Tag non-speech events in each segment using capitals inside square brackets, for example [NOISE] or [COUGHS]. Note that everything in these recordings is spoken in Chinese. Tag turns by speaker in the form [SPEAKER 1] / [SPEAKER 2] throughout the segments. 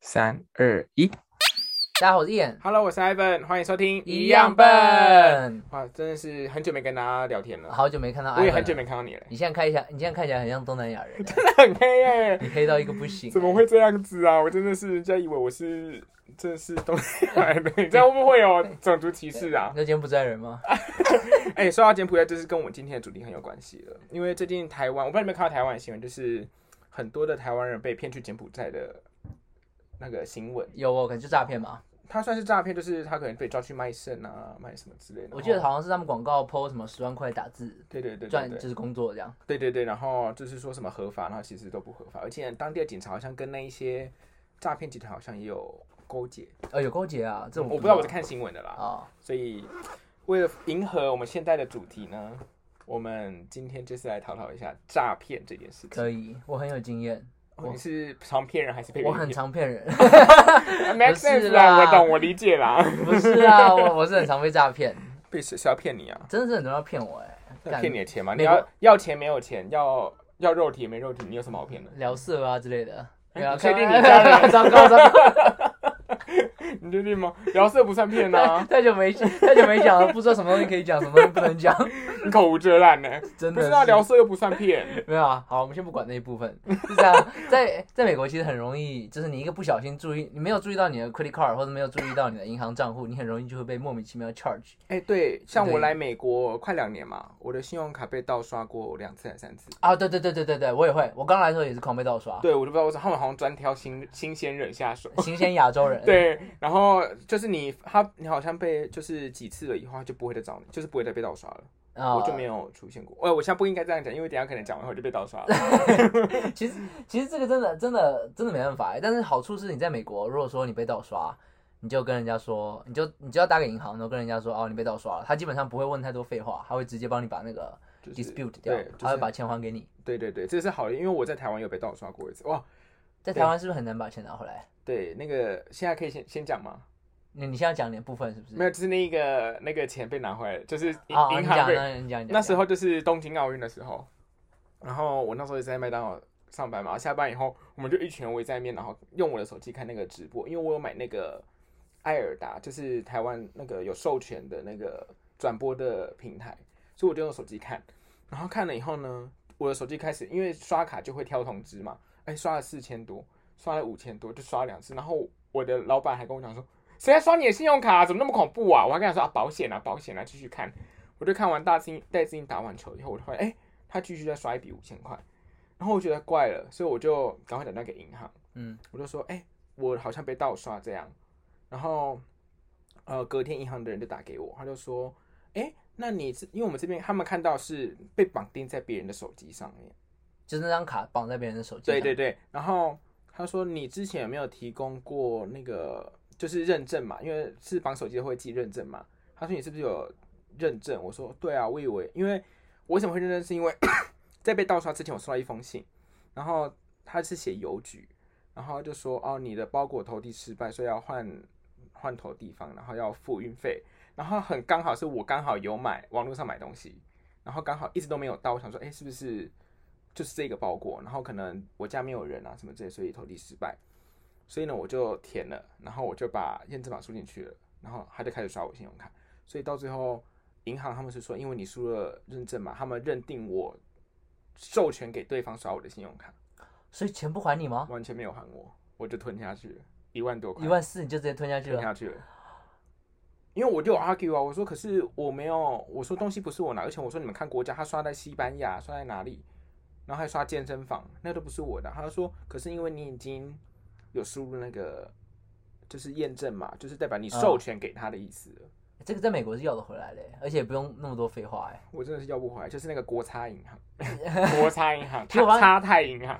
[SPEAKER 1] 三二一
[SPEAKER 2] 大家好，我是燕，
[SPEAKER 1] ，Hello，我是 Ivan，欢迎收听。哇，真的是很久没跟大家聊天了，
[SPEAKER 2] 好久没看到艾
[SPEAKER 1] 我
[SPEAKER 2] 文
[SPEAKER 1] 也
[SPEAKER 2] 了，
[SPEAKER 1] 很久没看到你了， [LAUGHS]
[SPEAKER 2] 你现在看一下，你现在看起来很像东南亚人，
[SPEAKER 1] 很黑耶、
[SPEAKER 2] 你黑到一个不行。
[SPEAKER 1] 怎么会这样子啊？我真的是人家以为我是真的 [LAUGHS] 是东南亚人，你这样会不会有种族歧视啊？
[SPEAKER 2] 那今天不在人吗？
[SPEAKER 1] 哎、说到柬埔寨，这是跟我们今天的主题很有关系了，因为最近台湾，我不知道你有没有看到台湾的新闻，就是很多的台湾人被骗去柬埔寨的那个新闻，
[SPEAKER 2] 有哦，可能就诈骗嘛。
[SPEAKER 1] 他算是诈骗，就是他可能被抓去卖肾啊，卖什么之类的。
[SPEAKER 2] 我记得
[SPEAKER 1] 然后
[SPEAKER 2] 好像是他们广告 PO 什么十万块打字
[SPEAKER 1] 对对对对
[SPEAKER 2] 赚
[SPEAKER 1] 对
[SPEAKER 2] 就是工作这样。
[SPEAKER 1] 对对对，然后就是说什么合法，然后其实都不合法，而且当地的警察好像跟那一些诈骗集团好像也有勾结。
[SPEAKER 2] 呃，有勾结啊，这
[SPEAKER 1] 我
[SPEAKER 2] 我
[SPEAKER 1] 不知道我在看新闻的啦，
[SPEAKER 2] 啊。
[SPEAKER 1] 所以为了迎合我们现在的主题呢，我们今天就是来讨论一下诈骗这件事情。
[SPEAKER 2] 可以，我很有经验，
[SPEAKER 1] 哦你是常骗人还是被
[SPEAKER 2] 我
[SPEAKER 1] 别人
[SPEAKER 2] 很常骗人， [LAUGHS]
[SPEAKER 1] 骗？Make
[SPEAKER 2] 不是
[SPEAKER 1] sense 啦，我
[SPEAKER 2] 啦
[SPEAKER 1] 懂，我理解啦。
[SPEAKER 2] [LAUGHS] 不是啊，我我是很常被诈骗，
[SPEAKER 1] 被谁是要骗你啊？
[SPEAKER 2] 真的是很多人要骗我哎、
[SPEAKER 1] 要
[SPEAKER 2] 干
[SPEAKER 1] 骗你的钱吗？你
[SPEAKER 2] 美国
[SPEAKER 1] 要要钱没有钱，要要肉体没肉体，你有什么好骗的？
[SPEAKER 2] 聊色啊之类的。
[SPEAKER 1] 哎
[SPEAKER 2] 没有啊
[SPEAKER 1] 你确定
[SPEAKER 2] 开玩
[SPEAKER 1] 你家人
[SPEAKER 2] [LAUGHS] 糟糕
[SPEAKER 1] [LAUGHS]
[SPEAKER 2] 糟糕，
[SPEAKER 1] 你确定吗？聊色不算骗
[SPEAKER 2] [LAUGHS]
[SPEAKER 1] 啊，
[SPEAKER 2] 太久没太久没讲了，不知道什么东西可以讲，什么东西不能讲，
[SPEAKER 1] 你口无遮拦呢、
[SPEAKER 2] 真
[SPEAKER 1] 不知
[SPEAKER 2] 的是
[SPEAKER 1] 道聊色又不算骗。
[SPEAKER 2] 没有啊，好，我们先不管那一部分，是这样，在在美国其实很容易，就是你一个不小心注意，你没有注意到你的 credit card 或者没有注意到你的银行账户，你很容易就会被莫名其妙 charge。
[SPEAKER 1] [LAUGHS] 哎、对，像我
[SPEAKER 2] 对
[SPEAKER 1] 来美国快两年嘛，我的信用卡被盗刷过两次还是三次。
[SPEAKER 2] 啊，对对对对对对，我也会，我刚来的时候也是狂被盗刷，
[SPEAKER 1] 对，我就不知道为什么他们好像专挑新新鲜人下手。
[SPEAKER 2] 新鲜亚洲人，，
[SPEAKER 1] [LAUGHS] 对，然后就是你他你好像被就是几次了以后，他就不会再找你，就是不会再被盗刷了。
[SPEAKER 2] 啊、
[SPEAKER 1] 我就没有出现过。哎、我现在不应该这样讲，因为等一下可能讲完后就被盗刷 [LAUGHS] 了。
[SPEAKER 2] 其实其实这个真的真的真的没办法欸，但是好处是你在美国，如果说你被盗刷，你就跟人家说，你就你就要打给银行，然后跟人家说哦你被盗刷了，他基本上不会问太多废话，他会直接帮你把那个
[SPEAKER 1] 就是
[SPEAKER 2] dispute 掉，
[SPEAKER 1] 对，就
[SPEAKER 2] 他会把
[SPEAKER 1] 是
[SPEAKER 2] 钱还给你。
[SPEAKER 1] 对对对，这是好的，因为我在台湾有被盗刷过一次。哇，
[SPEAKER 2] 在台湾是不是很难把钱拿回来？
[SPEAKER 1] 对，那个现在可以先先讲吗？
[SPEAKER 2] 你你现在讲你的部分是不是？
[SPEAKER 1] 没有，就是那个那个钱被拿回来哦了，就是银
[SPEAKER 2] 啊，
[SPEAKER 1] 银
[SPEAKER 2] 你
[SPEAKER 1] 行
[SPEAKER 2] 讲，
[SPEAKER 1] 被
[SPEAKER 2] 那你讲，你讲
[SPEAKER 1] 那时，候就是东京奥运的时候，然后我那时候也在麦当劳上班嘛，下班以后我们就一群人围在那边，然后用我的手机看那个直播，因为我有买那个艾尔达，就是台湾那个有授权的那个转播的平台，所以我就用手机看，然后看了以后呢，我的手机开始因为刷卡就会跳通知嘛，哎，刷了四千多，刷了五千多，就刷了两次，然后我的老板还跟我讲说。谁在刷你的信用卡、啊？怎么那么恐怖啊！我还跟他说啊，保险啊，保险啊，继续看。我就看完大金戴资颖打完球以后，我就发现，哎、他继续再刷一笔五千块，然后我觉得怪了，所以我就赶快打电话给银行，
[SPEAKER 2] 嗯，
[SPEAKER 1] 我就说，哎、我好像被盗刷这样，然后，呃，隔天银行的人就打给我，他就说，哎、那你是因为我们这边他们看到是被绑定在别人的手机上面，
[SPEAKER 2] 就是那张卡绑在别人的手机
[SPEAKER 1] 对
[SPEAKER 2] 上，
[SPEAKER 1] 对对，然后他说你之前有没有提供过那个就是认证嘛？因为是绑手机会寄认证嘛。他说你是不是有认证？我说对啊，我以为因为我为什么会认证是因为 [COUGHS] 在被盗刷之前我收到一封信，然后他是写邮局，然后就说哦你的包裹投递失败，所以要换换投地方，然后要付运费，然后很刚好是我刚好有买网络上买东西，然后刚好一直都没有到，我想说哎是不是？就是这个包裹，然后可能我家没有人啊什么之类，所以投递失败。所以呢，我就填了，然后我就把验证码输进去了，然后他就开始刷我信用卡。所以到最后，银行他们是说，因为你输了认证码，他们认定我授权给对方刷我的信用卡，
[SPEAKER 2] 所以钱不还你吗？
[SPEAKER 1] 完全没有还我，我就吞下去了，一万多块
[SPEAKER 2] 哦一，万四你就直接吞下去
[SPEAKER 1] 吞
[SPEAKER 2] 了，
[SPEAKER 1] 下去了。因为我就有 argue 啊，我说可是我没有，我说东西不是我拿，而且我说你们看国家，他刷在西班牙，刷在哪里，然后还刷健身房，那都不是我的。他就说，可是因为你已经有输入那个就是验证嘛，就是代表你授权给他的意思了。
[SPEAKER 2] 这个在美国是要得回来的欸，而且也不用那么多废话哎。
[SPEAKER 1] 我真的是要不回来，就是那个国差银行，国差银
[SPEAKER 2] [LAUGHS]
[SPEAKER 1] 行，
[SPEAKER 2] 其实我发
[SPEAKER 1] 差
[SPEAKER 2] 现
[SPEAKER 1] 差泰银行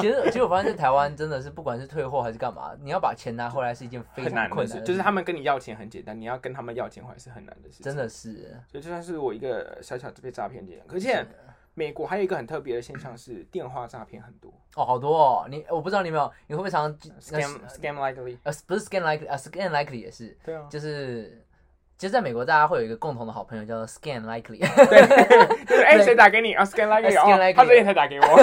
[SPEAKER 2] 其实，其实我发现，在台湾真的是不管是退货还是干嘛，你要把钱拿回来是一件非
[SPEAKER 1] 很
[SPEAKER 2] 常
[SPEAKER 1] 难
[SPEAKER 2] 困
[SPEAKER 1] 的事，
[SPEAKER 2] 难的，
[SPEAKER 1] 就是他们跟你要钱很简单，你要跟他们要钱回来是很难的事情。
[SPEAKER 2] 真，的是，
[SPEAKER 1] 所以就算是我一个小小的被诈骗这样，而且。美国还有一个很特别的现象是电话诈骗很多
[SPEAKER 2] 哦，好多哦，你我不知道你有没有，你会不会常常那
[SPEAKER 1] ，scam scam likely。
[SPEAKER 2] 呃不是 scan likely 啊 scan likely 也是，
[SPEAKER 1] 对啊，
[SPEAKER 2] 就是其实在美国大家会有一个共同的好朋友叫做 scan likely，
[SPEAKER 1] 对，就是哎，
[SPEAKER 2] 对
[SPEAKER 1] 谁打给你啊？scam likely，
[SPEAKER 2] scam
[SPEAKER 1] 哦，
[SPEAKER 2] [LAUGHS] likely
[SPEAKER 1] 他这也才打给我，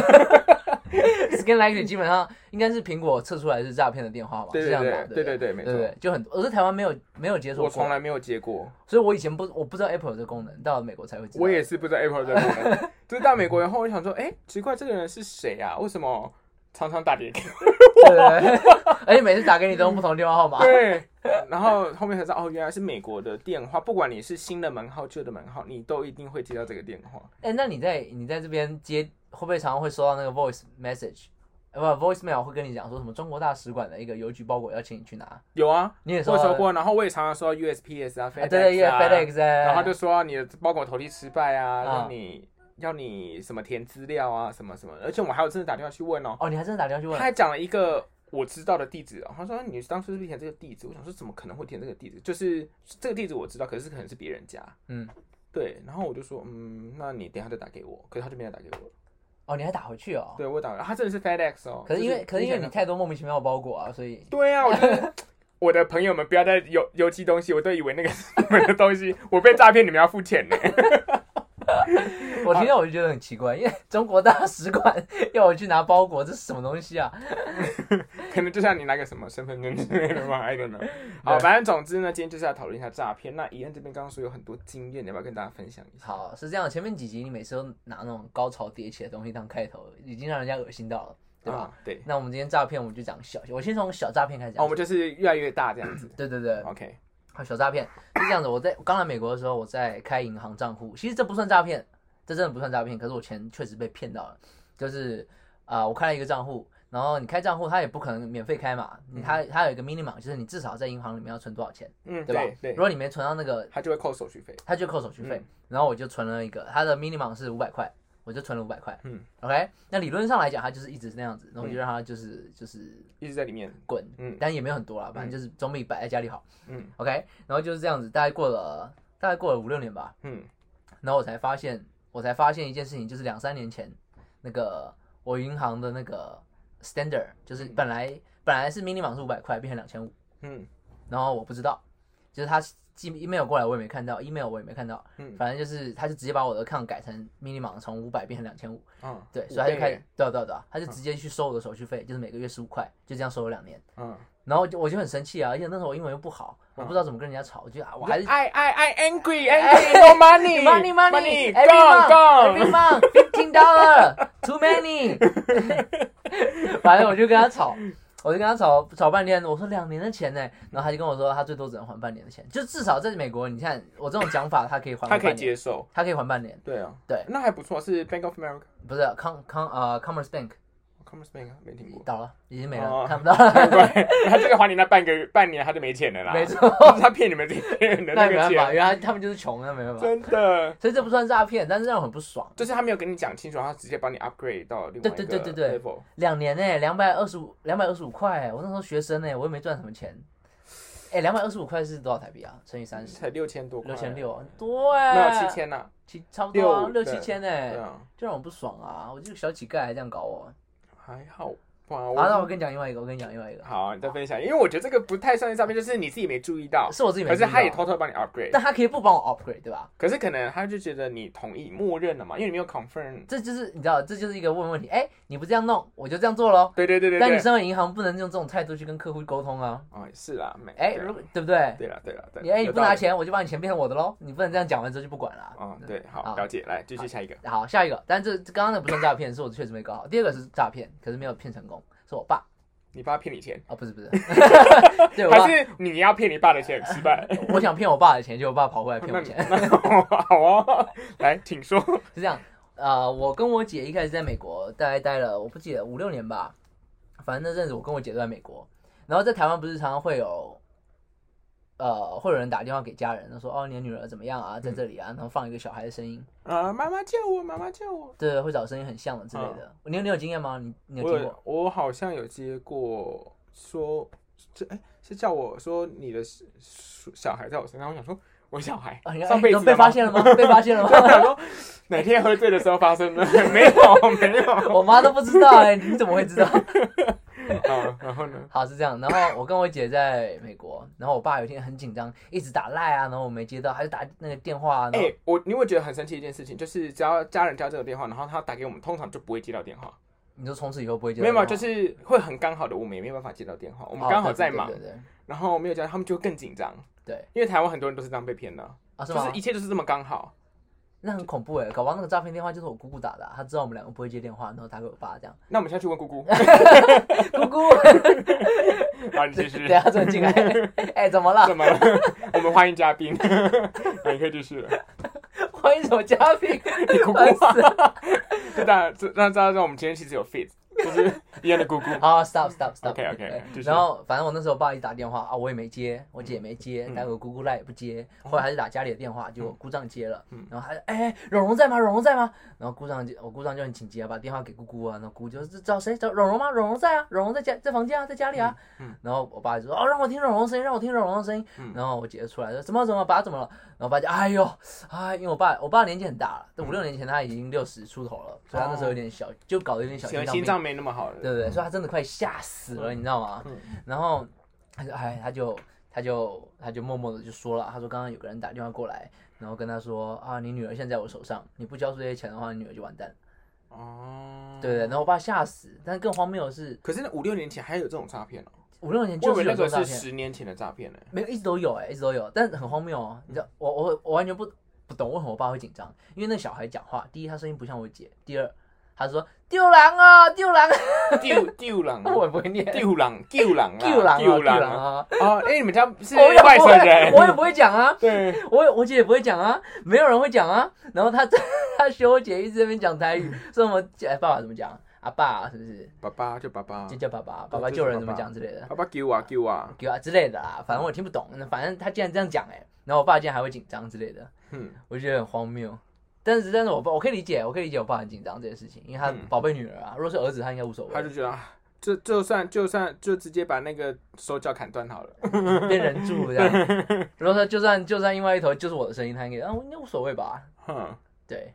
[SPEAKER 2] 跟 Likely 基本上应该是苹果测出来是诈骗的电话嘛，
[SPEAKER 1] 对
[SPEAKER 2] 是这样
[SPEAKER 1] 对
[SPEAKER 2] 打
[SPEAKER 1] 对
[SPEAKER 2] 对
[SPEAKER 1] 对对，
[SPEAKER 2] 不
[SPEAKER 1] 没
[SPEAKER 2] 对对
[SPEAKER 1] 错，
[SPEAKER 2] 对，就很多，而是台湾没有没有解锁
[SPEAKER 1] 我
[SPEAKER 2] 过
[SPEAKER 1] 从，来没有接过，
[SPEAKER 2] 所以我以前不我不知道 Apple 有这功能，到了美国才会知道。
[SPEAKER 1] 我也是不知道 Apple 这个功能， [LAUGHS] 就是到美国以后，我想说，哎、奇怪，这个人是谁啊？为什么常常打给
[SPEAKER 2] [LAUGHS]
[SPEAKER 1] 我？
[SPEAKER 2] 对，对对而且每次打给你都用不同电话号码。
[SPEAKER 1] 对， [LAUGHS] 然后后面才知道，哦，原来是美国的电话，不管你是新的门号、旧的门号，你都一定会接到这个电话。
[SPEAKER 2] 哎，那你在你在这边接，会不会常常会收到那个 voice message？呃不，voicemail 会跟你讲说什么中国大使馆的一个邮局包裹要请你去拿，
[SPEAKER 1] 有啊，
[SPEAKER 2] 你也收
[SPEAKER 1] 我
[SPEAKER 2] 到
[SPEAKER 1] 收
[SPEAKER 2] 了？
[SPEAKER 1] 过，然后我也常常收到 USPS 啊、
[SPEAKER 2] 啊对对
[SPEAKER 1] FedEx
[SPEAKER 2] 对
[SPEAKER 1] 啊，
[SPEAKER 2] ，FedEx，哎
[SPEAKER 1] 然后就说啊你的包裹投递失败啊，
[SPEAKER 2] 啊
[SPEAKER 1] 让你要你什么填资料啊，什么什么的，而且我还有真的打电话去问哦，
[SPEAKER 2] 哦，你还真的打电话去
[SPEAKER 1] 他
[SPEAKER 2] 问？
[SPEAKER 1] 还讲了一个我知道的地址、哦，他说你当初是不是填这个地址？我想说怎嗯么可能会填这个地址？就是这个地址我知道，可是可能是别人家，
[SPEAKER 2] 嗯，
[SPEAKER 1] 对。然后我就说，嗯，那你等一下再打给我，可是他就没有打给我。
[SPEAKER 2] 哦，你还打回去哦？
[SPEAKER 1] 对，我打了，他真的是 FedEx 哦。
[SPEAKER 2] 可是因为
[SPEAKER 1] 就
[SPEAKER 2] 可是因
[SPEAKER 1] 之
[SPEAKER 2] 为
[SPEAKER 1] 前
[SPEAKER 2] 你
[SPEAKER 1] 的
[SPEAKER 2] 太多莫名其妙的包裹啊，所以
[SPEAKER 1] 对啊，我觉得我的朋友们不要再邮邮寄东西，我都以为那个是你们的东西，我被诈骗，你们要付钱呢。
[SPEAKER 2] [LAUGHS] 我听到我就觉得很奇怪，因为中国大使馆 [LAUGHS] 要我去拿包裹，这是什么东西啊？
[SPEAKER 1] [LAUGHS] 可能就像你拿个什么身份证之类的吧，I don't know。好，反正总之呢，今天就是要讨论一下诈骗。那怡恩这边刚刚说有很多经验，你要不要跟大家分享一下？
[SPEAKER 2] 好，是这样，前面几集你每次都拿那种高潮迭起的东西当开头，已经让人家恶心到了，对吧？
[SPEAKER 1] 啊？对。
[SPEAKER 2] 那我们今天诈骗，我们就讲小，我先从小诈骗开始
[SPEAKER 1] 哦，
[SPEAKER 2] 讲。
[SPEAKER 1] 我们就是越来越大这样
[SPEAKER 2] [COUGHS]
[SPEAKER 1] 子。
[SPEAKER 2] 对对对，
[SPEAKER 1] OK，
[SPEAKER 2] 好，小诈骗是这样子。我在我刚来美国的时候，我在开银行账户，其实这不算诈骗，这真的不算诈骗。可是我钱确实被骗到了，就是啊、呃我开了一个账户，然后你开账户，它也不可能免费开嘛，你它它有一个 minimum，就是你至少在银行里面要存多少钱，
[SPEAKER 1] 嗯，
[SPEAKER 2] 对吧？
[SPEAKER 1] 对对
[SPEAKER 2] 如，果你没存到那个
[SPEAKER 1] 他就会扣手续费。
[SPEAKER 2] 他就扣手续
[SPEAKER 1] 嗯
[SPEAKER 2] 费，然后我就存了一个，他的 minimum 是五百块，我就存了五百块。
[SPEAKER 1] 嗯
[SPEAKER 2] ，OK，那理论上来讲，他就是一直是那样子，那我就让他就是、就是
[SPEAKER 1] 一直在里面。
[SPEAKER 2] 滚，
[SPEAKER 1] 嗯
[SPEAKER 2] 但也没有很多啦，反正就是总比摆在家里好。
[SPEAKER 1] 嗯
[SPEAKER 2] ，OK，然后就是这样子，大概过了大概过了五六年吧，
[SPEAKER 1] 嗯，
[SPEAKER 2] 然后我才发现，我才发现一件事情，就是两三年前那个我银行的那个 standard，就是本来、本来是 minimum 是五百块，变成两千五。
[SPEAKER 1] 嗯
[SPEAKER 2] 然后我不知道，就是他寄 email 过来，我也没看到，email 我也没看到，
[SPEAKER 1] 嗯
[SPEAKER 2] 反正就是他就直接把我的 account 改成 minimum 从五百变成两千五，
[SPEAKER 1] 嗯，
[SPEAKER 2] 对，
[SPEAKER 1] 五
[SPEAKER 2] 所以他就
[SPEAKER 1] 倍嗯
[SPEAKER 2] 开
[SPEAKER 1] 耶
[SPEAKER 2] 始，对啊对啊对啊，他就直接去收我的手续费，就是每个月十五块，就这样收了两年，
[SPEAKER 1] 嗯，
[SPEAKER 2] 然后我就我就很生气啊，而且那时候我英文又不好，我不知道怎么跟人家吵，我就啊我还是。哎
[SPEAKER 1] I I I angry angry no money
[SPEAKER 2] [LAUGHS] Money, money,
[SPEAKER 1] money
[SPEAKER 2] every month,
[SPEAKER 1] gone
[SPEAKER 2] every month, fifteen dollar, too many 。反正我就跟他吵，我就跟他吵吵半天。我说两年的钱呢，然后他就跟我说，他最多只能还半年的钱，就至少在美国，你看我这种讲法，他可以还我
[SPEAKER 1] [LAUGHS] 他
[SPEAKER 2] 半
[SPEAKER 1] 可以
[SPEAKER 2] 年，
[SPEAKER 1] 接受。
[SPEAKER 2] 他可以还半年，
[SPEAKER 1] 对啊，
[SPEAKER 2] 对
[SPEAKER 1] 那还不错，是 Bank of America。
[SPEAKER 2] 不是 Com Com 呃 Commerce Bank
[SPEAKER 1] Commerce Bank 啊没听过， [LAUGHS]
[SPEAKER 2] 倒了，已经没了，
[SPEAKER 1] 哦
[SPEAKER 2] 看不到
[SPEAKER 1] [LAUGHS]
[SPEAKER 2] 了，
[SPEAKER 1] 对，他这个还你那半个半年他就没钱了啦。
[SPEAKER 2] 没错，
[SPEAKER 1] [LAUGHS] 他骗你们这些人的那
[SPEAKER 2] 那也没
[SPEAKER 1] 个
[SPEAKER 2] 办法，
[SPEAKER 1] 钱，
[SPEAKER 2] 原来他们就是穷，啊那没办法，
[SPEAKER 1] 真的。
[SPEAKER 2] 所以这不算诈骗，但是让我很不爽。
[SPEAKER 1] 就是他没有跟你讲清楚，他直接帮你 upgrade 到另外一个
[SPEAKER 2] 对对对对对
[SPEAKER 1] level。
[SPEAKER 2] 两年呢、两百二十五，两百二十五块欸，我那时候学生呢、我也没赚什么钱。哎、2两百二十五块是多少台币啊？乘以三十，
[SPEAKER 1] 才六千多块，
[SPEAKER 2] 六千，六，很多哎、
[SPEAKER 1] 没有七，千呐。
[SPEAKER 2] 七差不多啊，
[SPEAKER 1] 六
[SPEAKER 2] 六七千哎、
[SPEAKER 1] 对啊，
[SPEAKER 2] 就让我不爽啊！我这个小乞丐还这样搞我。
[SPEAKER 1] 还好吧。
[SPEAKER 2] 好、
[SPEAKER 1] 我
[SPEAKER 2] 啊，那我跟你讲另外一个，我跟你讲另外一个，
[SPEAKER 1] 好，你再分享，因为我觉得这个不太算是诈骗，就是你自己没注意到，
[SPEAKER 2] 是我自己没
[SPEAKER 1] 可是
[SPEAKER 2] 注意
[SPEAKER 1] 他也
[SPEAKER 2] 到，
[SPEAKER 1] 偷偷帮你 upgrade，
[SPEAKER 2] 但他可以不帮我 upgrade 对吧？
[SPEAKER 1] 可是可能他就觉得你同意默认了嘛，因为你没有 confirm。
[SPEAKER 2] 这就是你知道，这就是一个问问题。哎、你不这样弄，我就这样做喽。
[SPEAKER 1] 对对对对
[SPEAKER 2] 但你
[SPEAKER 1] 对。
[SPEAKER 2] 身为银行，不能用这种态度去跟客户沟通啊。
[SPEAKER 1] 哦，是啦，没。
[SPEAKER 2] 哎、
[SPEAKER 1] 对
[SPEAKER 2] 如果对不对？
[SPEAKER 1] 对了对了对啦。
[SPEAKER 2] 你哎、你
[SPEAKER 1] 有
[SPEAKER 2] 不
[SPEAKER 1] 道
[SPEAKER 2] 拿
[SPEAKER 1] 理。
[SPEAKER 2] 钱，我就把你钱变成我的喽。你不能这样讲完之后就不管了。啊
[SPEAKER 1] 嗯，对，
[SPEAKER 2] 好
[SPEAKER 1] 好，了解。来，继续下一个。
[SPEAKER 2] 好，下一个，但这这刚刚那不算诈骗，是我确实没搞好。第二个是诈骗，可是没有骗成功，是我爸
[SPEAKER 1] 你爸骗你钱，
[SPEAKER 2] 啊，
[SPEAKER 1] [LAUGHS]
[SPEAKER 2] 不是不是，对我爸
[SPEAKER 1] 还，是你要骗你爸的钱？失败。
[SPEAKER 2] 我想骗我爸的钱，结果我爸跑过来骗
[SPEAKER 1] [LAUGHS] 那
[SPEAKER 2] 我
[SPEAKER 1] 你
[SPEAKER 2] 钱， [LAUGHS]
[SPEAKER 1] 那好
[SPEAKER 2] 啊
[SPEAKER 1] 哦，来，请说。
[SPEAKER 2] 是这样。呃，我跟我姐一开始在美国大概待了，我不记得五六年吧，反正那阵子我跟我姐都在美国，然后在台湾不是常常会有。呃，会有人打电话给家人，他说：“哦，你的女儿怎么样啊？在这里
[SPEAKER 1] 嗯
[SPEAKER 2] 啊。”然后放一个小孩的声音，
[SPEAKER 1] [LAUGHS] 啊，妈妈救我，妈妈救我。
[SPEAKER 2] 对，会找声音很像的之类的。你有你有经验吗？你你有
[SPEAKER 1] 嗯我
[SPEAKER 2] 听过？
[SPEAKER 1] 有我好像有接过说，这哎、是叫我说你的小小孩在我身上，我想说我小孩、
[SPEAKER 2] 啊，你
[SPEAKER 1] 上辈
[SPEAKER 2] 你
[SPEAKER 1] 子
[SPEAKER 2] 都被
[SPEAKER 1] 的吗
[SPEAKER 2] 发，现了吗？被发现了吗？
[SPEAKER 1] [LAUGHS] 我想说哪天喝醉的时候发生的， [LAUGHS] 没有没有
[SPEAKER 2] [LAUGHS] 我妈都不知道哎、你怎么会知道？ [LAUGHS]
[SPEAKER 1] 啊，然后呢？
[SPEAKER 2] 好是这样， [LAUGHS] 然后我跟我姐在美国，然后我爸有一天很紧张，一直打赖啊，然后我没接到，他就打那个电话、啊，
[SPEAKER 1] 哎、
[SPEAKER 2] 然后、
[SPEAKER 1] 我你会觉得很神奇的一件事情，就是只要家人家这个电话，然后他打给我们，通常就不会接到电话。
[SPEAKER 2] 你就从此以后不会接到
[SPEAKER 1] 没有
[SPEAKER 2] 电话，
[SPEAKER 1] 嘛，就是会很刚好的，我们也没有办法接到电话，我们
[SPEAKER 2] 哦
[SPEAKER 1] 刚好
[SPEAKER 2] 对
[SPEAKER 1] 在
[SPEAKER 2] 对
[SPEAKER 1] 忙
[SPEAKER 2] 对，对对
[SPEAKER 1] 然后没有接到，他们就更紧张。
[SPEAKER 2] 对，
[SPEAKER 1] 因为台湾很多人都是这样被骗的，
[SPEAKER 2] 啊，是
[SPEAKER 1] 就
[SPEAKER 2] 吗？
[SPEAKER 1] 是一切就是这么刚好。
[SPEAKER 2] 那很恐怖哎，搞不好那个诈骗电话就是我姑姑打的啊、她知道我们两个不会接电话，然后打给我爸这样， [LAUGHS]
[SPEAKER 1] 那我们现在去问姑姑，[LAUGHS]
[SPEAKER 2] 姑姑，
[SPEAKER 1] 好，啊你继
[SPEAKER 2] 等
[SPEAKER 1] 续
[SPEAKER 2] 一。下走进来， [LAUGHS] 哎、怎么了 [LAUGHS]
[SPEAKER 1] 怎？么了？ [LAUGHS] 我们欢迎嘉宾， [LAUGHS] 那你可以继续了。
[SPEAKER 2] 欢迎什么嘉宾？
[SPEAKER 1] 你姑姑啊
[SPEAKER 2] [LAUGHS] 烦死了
[SPEAKER 1] 就大家这让大家知道我们今天其实有 fit，就是一样的姑姑。
[SPEAKER 2] [LAUGHS] 好，stop stop stop。
[SPEAKER 1] OK OK，
[SPEAKER 2] 对
[SPEAKER 1] 就是
[SPEAKER 2] 然后反正我那时候爸一打电话啊，我也没接，我姐也没接，打给我姑姑来也不接，后来还是打家里的电话，结果姑丈接了，
[SPEAKER 1] 嗯
[SPEAKER 2] 然后他就哎，蓉蓉在吗？蓉蓉在吗？然后姑丈就我姑丈就很紧急啊，把电话给姑姑啊，然后姑姑就这找谁？找蓉蓉吗？蓉蓉在啊，蓉蓉在家在房间啊，在家里啊。
[SPEAKER 1] 嗯
[SPEAKER 2] 然后我爸就说哦，让我听蓉蓉声音，让我听蓉蓉的声音。然后我姐就出来说怎么怎么爸怎么了？然后我爸就哎呦哎，因为我爸我爸年纪很大了，都五
[SPEAKER 1] 嗯
[SPEAKER 2] 六年前他已经六十出头了，所以他那时候有点小，就搞得有点小
[SPEAKER 1] 可
[SPEAKER 2] 心
[SPEAKER 1] 能
[SPEAKER 2] 脏病
[SPEAKER 1] 心。脏没那么好了。
[SPEAKER 2] 对不对？所以他真的快吓死了，你知道吗？
[SPEAKER 1] 嗯
[SPEAKER 2] 然后他就哎，他就他就他就默默的就说了，他说刚刚有个人打电话过来，然后跟他说啊，你女儿现在在我手上，你不交出这些钱的话，你女儿就完蛋了，
[SPEAKER 1] 哦，
[SPEAKER 2] 对不对？然后我爸吓死，但更荒谬的是，
[SPEAKER 1] 可是那五六年前还有这种诈骗哦，
[SPEAKER 2] 五六年
[SPEAKER 1] 我
[SPEAKER 2] 就
[SPEAKER 1] 以为
[SPEAKER 2] 是
[SPEAKER 1] 那
[SPEAKER 2] 有这
[SPEAKER 1] 个
[SPEAKER 2] 种诈
[SPEAKER 1] 是
[SPEAKER 2] 骗，
[SPEAKER 1] 十年前的诈骗呢。
[SPEAKER 2] 没有一直都有哎、一直都有，但很荒谬哦。你知道，我我我完全不不懂为什么我爸会紧张，因为那小孩讲话，第一他声音不像我姐，第二他说丢狼啊丢狼啊，
[SPEAKER 1] 丢丢狼，
[SPEAKER 2] [LAUGHS] 我也不会念
[SPEAKER 1] 丢狼，丢狼啊，
[SPEAKER 2] [LAUGHS] 丢狼啊丢
[SPEAKER 1] 丢
[SPEAKER 2] 狼
[SPEAKER 1] 狼啊！
[SPEAKER 2] 啊，
[SPEAKER 1] 哦，哎，你们家是
[SPEAKER 2] 我也
[SPEAKER 1] 外
[SPEAKER 2] 不
[SPEAKER 1] 省
[SPEAKER 2] 会，我也
[SPEAKER 1] 人？
[SPEAKER 2] 不会讲啊。
[SPEAKER 1] 对，
[SPEAKER 2] [LAUGHS] 我也我姐也不会讲啊，没有人会讲啊。然后她她学我姐一直在那边讲台语，说什么哎爸爸怎么讲，阿爸、啊是不是
[SPEAKER 1] 爸爸就爸爸
[SPEAKER 2] 就，叫爸爸，
[SPEAKER 1] 对
[SPEAKER 2] 爸爸
[SPEAKER 1] 就是
[SPEAKER 2] 救人
[SPEAKER 1] 爸
[SPEAKER 2] 怎么
[SPEAKER 1] 爸
[SPEAKER 2] 讲之类的，
[SPEAKER 1] 爸爸救啊救啊，
[SPEAKER 2] 给啊之类的啦。反正我听不懂，那反正她竟然这样讲哎、然后我爸竟然还会紧张之类的， [LAUGHS]
[SPEAKER 1] 嗯，
[SPEAKER 2] 我觉得很荒谬。但是但是我爸我可以理解，我可以理解我爸很紧张这件事情，因为他
[SPEAKER 1] 嗯
[SPEAKER 2] 宝贝女儿啊，如果是儿子他应该无所
[SPEAKER 1] 他
[SPEAKER 2] 谓
[SPEAKER 1] 就，觉得啊，就就算就算就直接把那个手脚砍断好了。
[SPEAKER 2] 变人柱这样。
[SPEAKER 1] [LAUGHS]
[SPEAKER 2] 如果说就算就算另外一头就是我的声音，他应该啊应该无所谓吧？
[SPEAKER 1] 哼，
[SPEAKER 2] 对，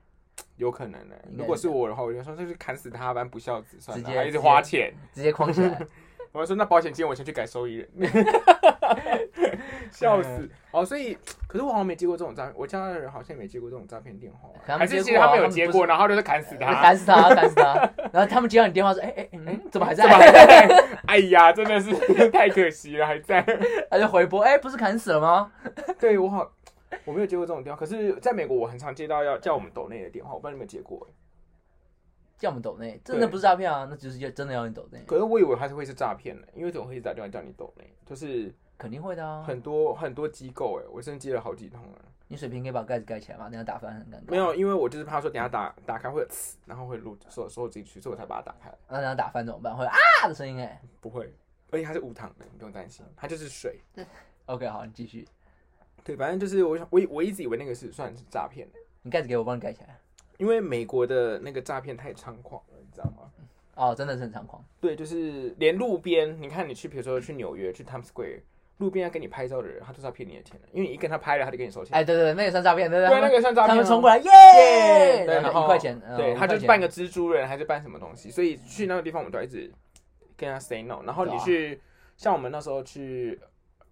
[SPEAKER 1] 有可能呢、
[SPEAKER 2] 应该是
[SPEAKER 1] 如果是我的话，我就说这就是砍死他，反正不孝子，算了，
[SPEAKER 2] 直接
[SPEAKER 1] 还一直花
[SPEAKER 2] [LAUGHS]
[SPEAKER 1] 钱。
[SPEAKER 2] 直接框起来。
[SPEAKER 1] 我就说那保险金我先去改受益
[SPEAKER 2] [LAUGHS]
[SPEAKER 1] 人，笑
[SPEAKER 2] 嗯
[SPEAKER 1] 死。哦，所以可是我好像没接过这种诈骗，我家的人好像也没接过这种诈骗电话
[SPEAKER 2] 可，他们
[SPEAKER 1] 还是其
[SPEAKER 2] 接
[SPEAKER 1] 实
[SPEAKER 2] 过啊
[SPEAKER 1] 他们
[SPEAKER 2] 他
[SPEAKER 1] 有
[SPEAKER 2] 们
[SPEAKER 1] 接
[SPEAKER 2] 不
[SPEAKER 1] 过，
[SPEAKER 2] 是呃
[SPEAKER 1] 然后就是砍死他。
[SPEAKER 2] 砍死他，砍死
[SPEAKER 1] [LAUGHS]
[SPEAKER 2] 他。然后他们接到你电话说，哎哎哎，嗯，怎么还
[SPEAKER 1] 怎么
[SPEAKER 2] 在？
[SPEAKER 1] 还在？ [LAUGHS] 哎呀，真的是 [LAUGHS] 太可惜了，还在。
[SPEAKER 2] 他就回拨，哎，不是砍死了吗？
[SPEAKER 1] 对我好，我没有接过这种电话，可是在美国我很常接到要叫我们抖内的电话，我不知道你有没有接过、欸
[SPEAKER 2] 叫我们抖内，真的不是诈骗啊，那就是要真的要你抖内，
[SPEAKER 1] 可是我以为他是会是诈骗的，因为怎么会一直打电话叫你抖内？就是
[SPEAKER 2] 肯定会的啊。
[SPEAKER 1] 很多很多机构哎、我甚至接了好几通了。
[SPEAKER 2] 你水瓶可以把盖子盖起来吗？等下打翻很尴尬。
[SPEAKER 1] 没，有，因为我就是怕说等下打打开会有呲，然后会录所所有进去，所以我才把它打开。
[SPEAKER 2] 那等下打翻怎么办？会啊的声音哎。
[SPEAKER 1] 不会，而且它是无糖的，你不用担心，它就是水。
[SPEAKER 2] OK，好，你继续，
[SPEAKER 1] 对，反正就是我想我以我一直以为那个是算是诈骗的，
[SPEAKER 2] 你盖子给我，我帮你盖起来。
[SPEAKER 1] 因为美国的那个诈骗太猖狂了，你知道吗？
[SPEAKER 2] 哦，真的是很猖狂。
[SPEAKER 1] 对，就是连路边，你看你去，比如说去纽约，去 Times Square，路边要跟你拍照的人，他都是要骗你的钱的，因为你一跟他拍了，他就跟你收钱。
[SPEAKER 2] 哎，对对对，那也算诈骗，对不
[SPEAKER 1] 对，
[SPEAKER 2] 对？
[SPEAKER 1] 那个算诈骗、
[SPEAKER 2] 他
[SPEAKER 1] 啊。
[SPEAKER 2] 们冲过来，
[SPEAKER 1] 耶
[SPEAKER 2] 耶！
[SPEAKER 1] 对，然
[SPEAKER 2] 后
[SPEAKER 1] 后
[SPEAKER 2] 一块钱，嗯
[SPEAKER 1] 对，
[SPEAKER 2] 五
[SPEAKER 1] 他
[SPEAKER 2] 块
[SPEAKER 1] 就
[SPEAKER 2] 钱
[SPEAKER 1] 是扮个蜘蛛人还是扮什么东西，所以去那个地方我们就要一直跟他 say no。然后你
[SPEAKER 2] 对啊
[SPEAKER 1] 去，像我们那时候去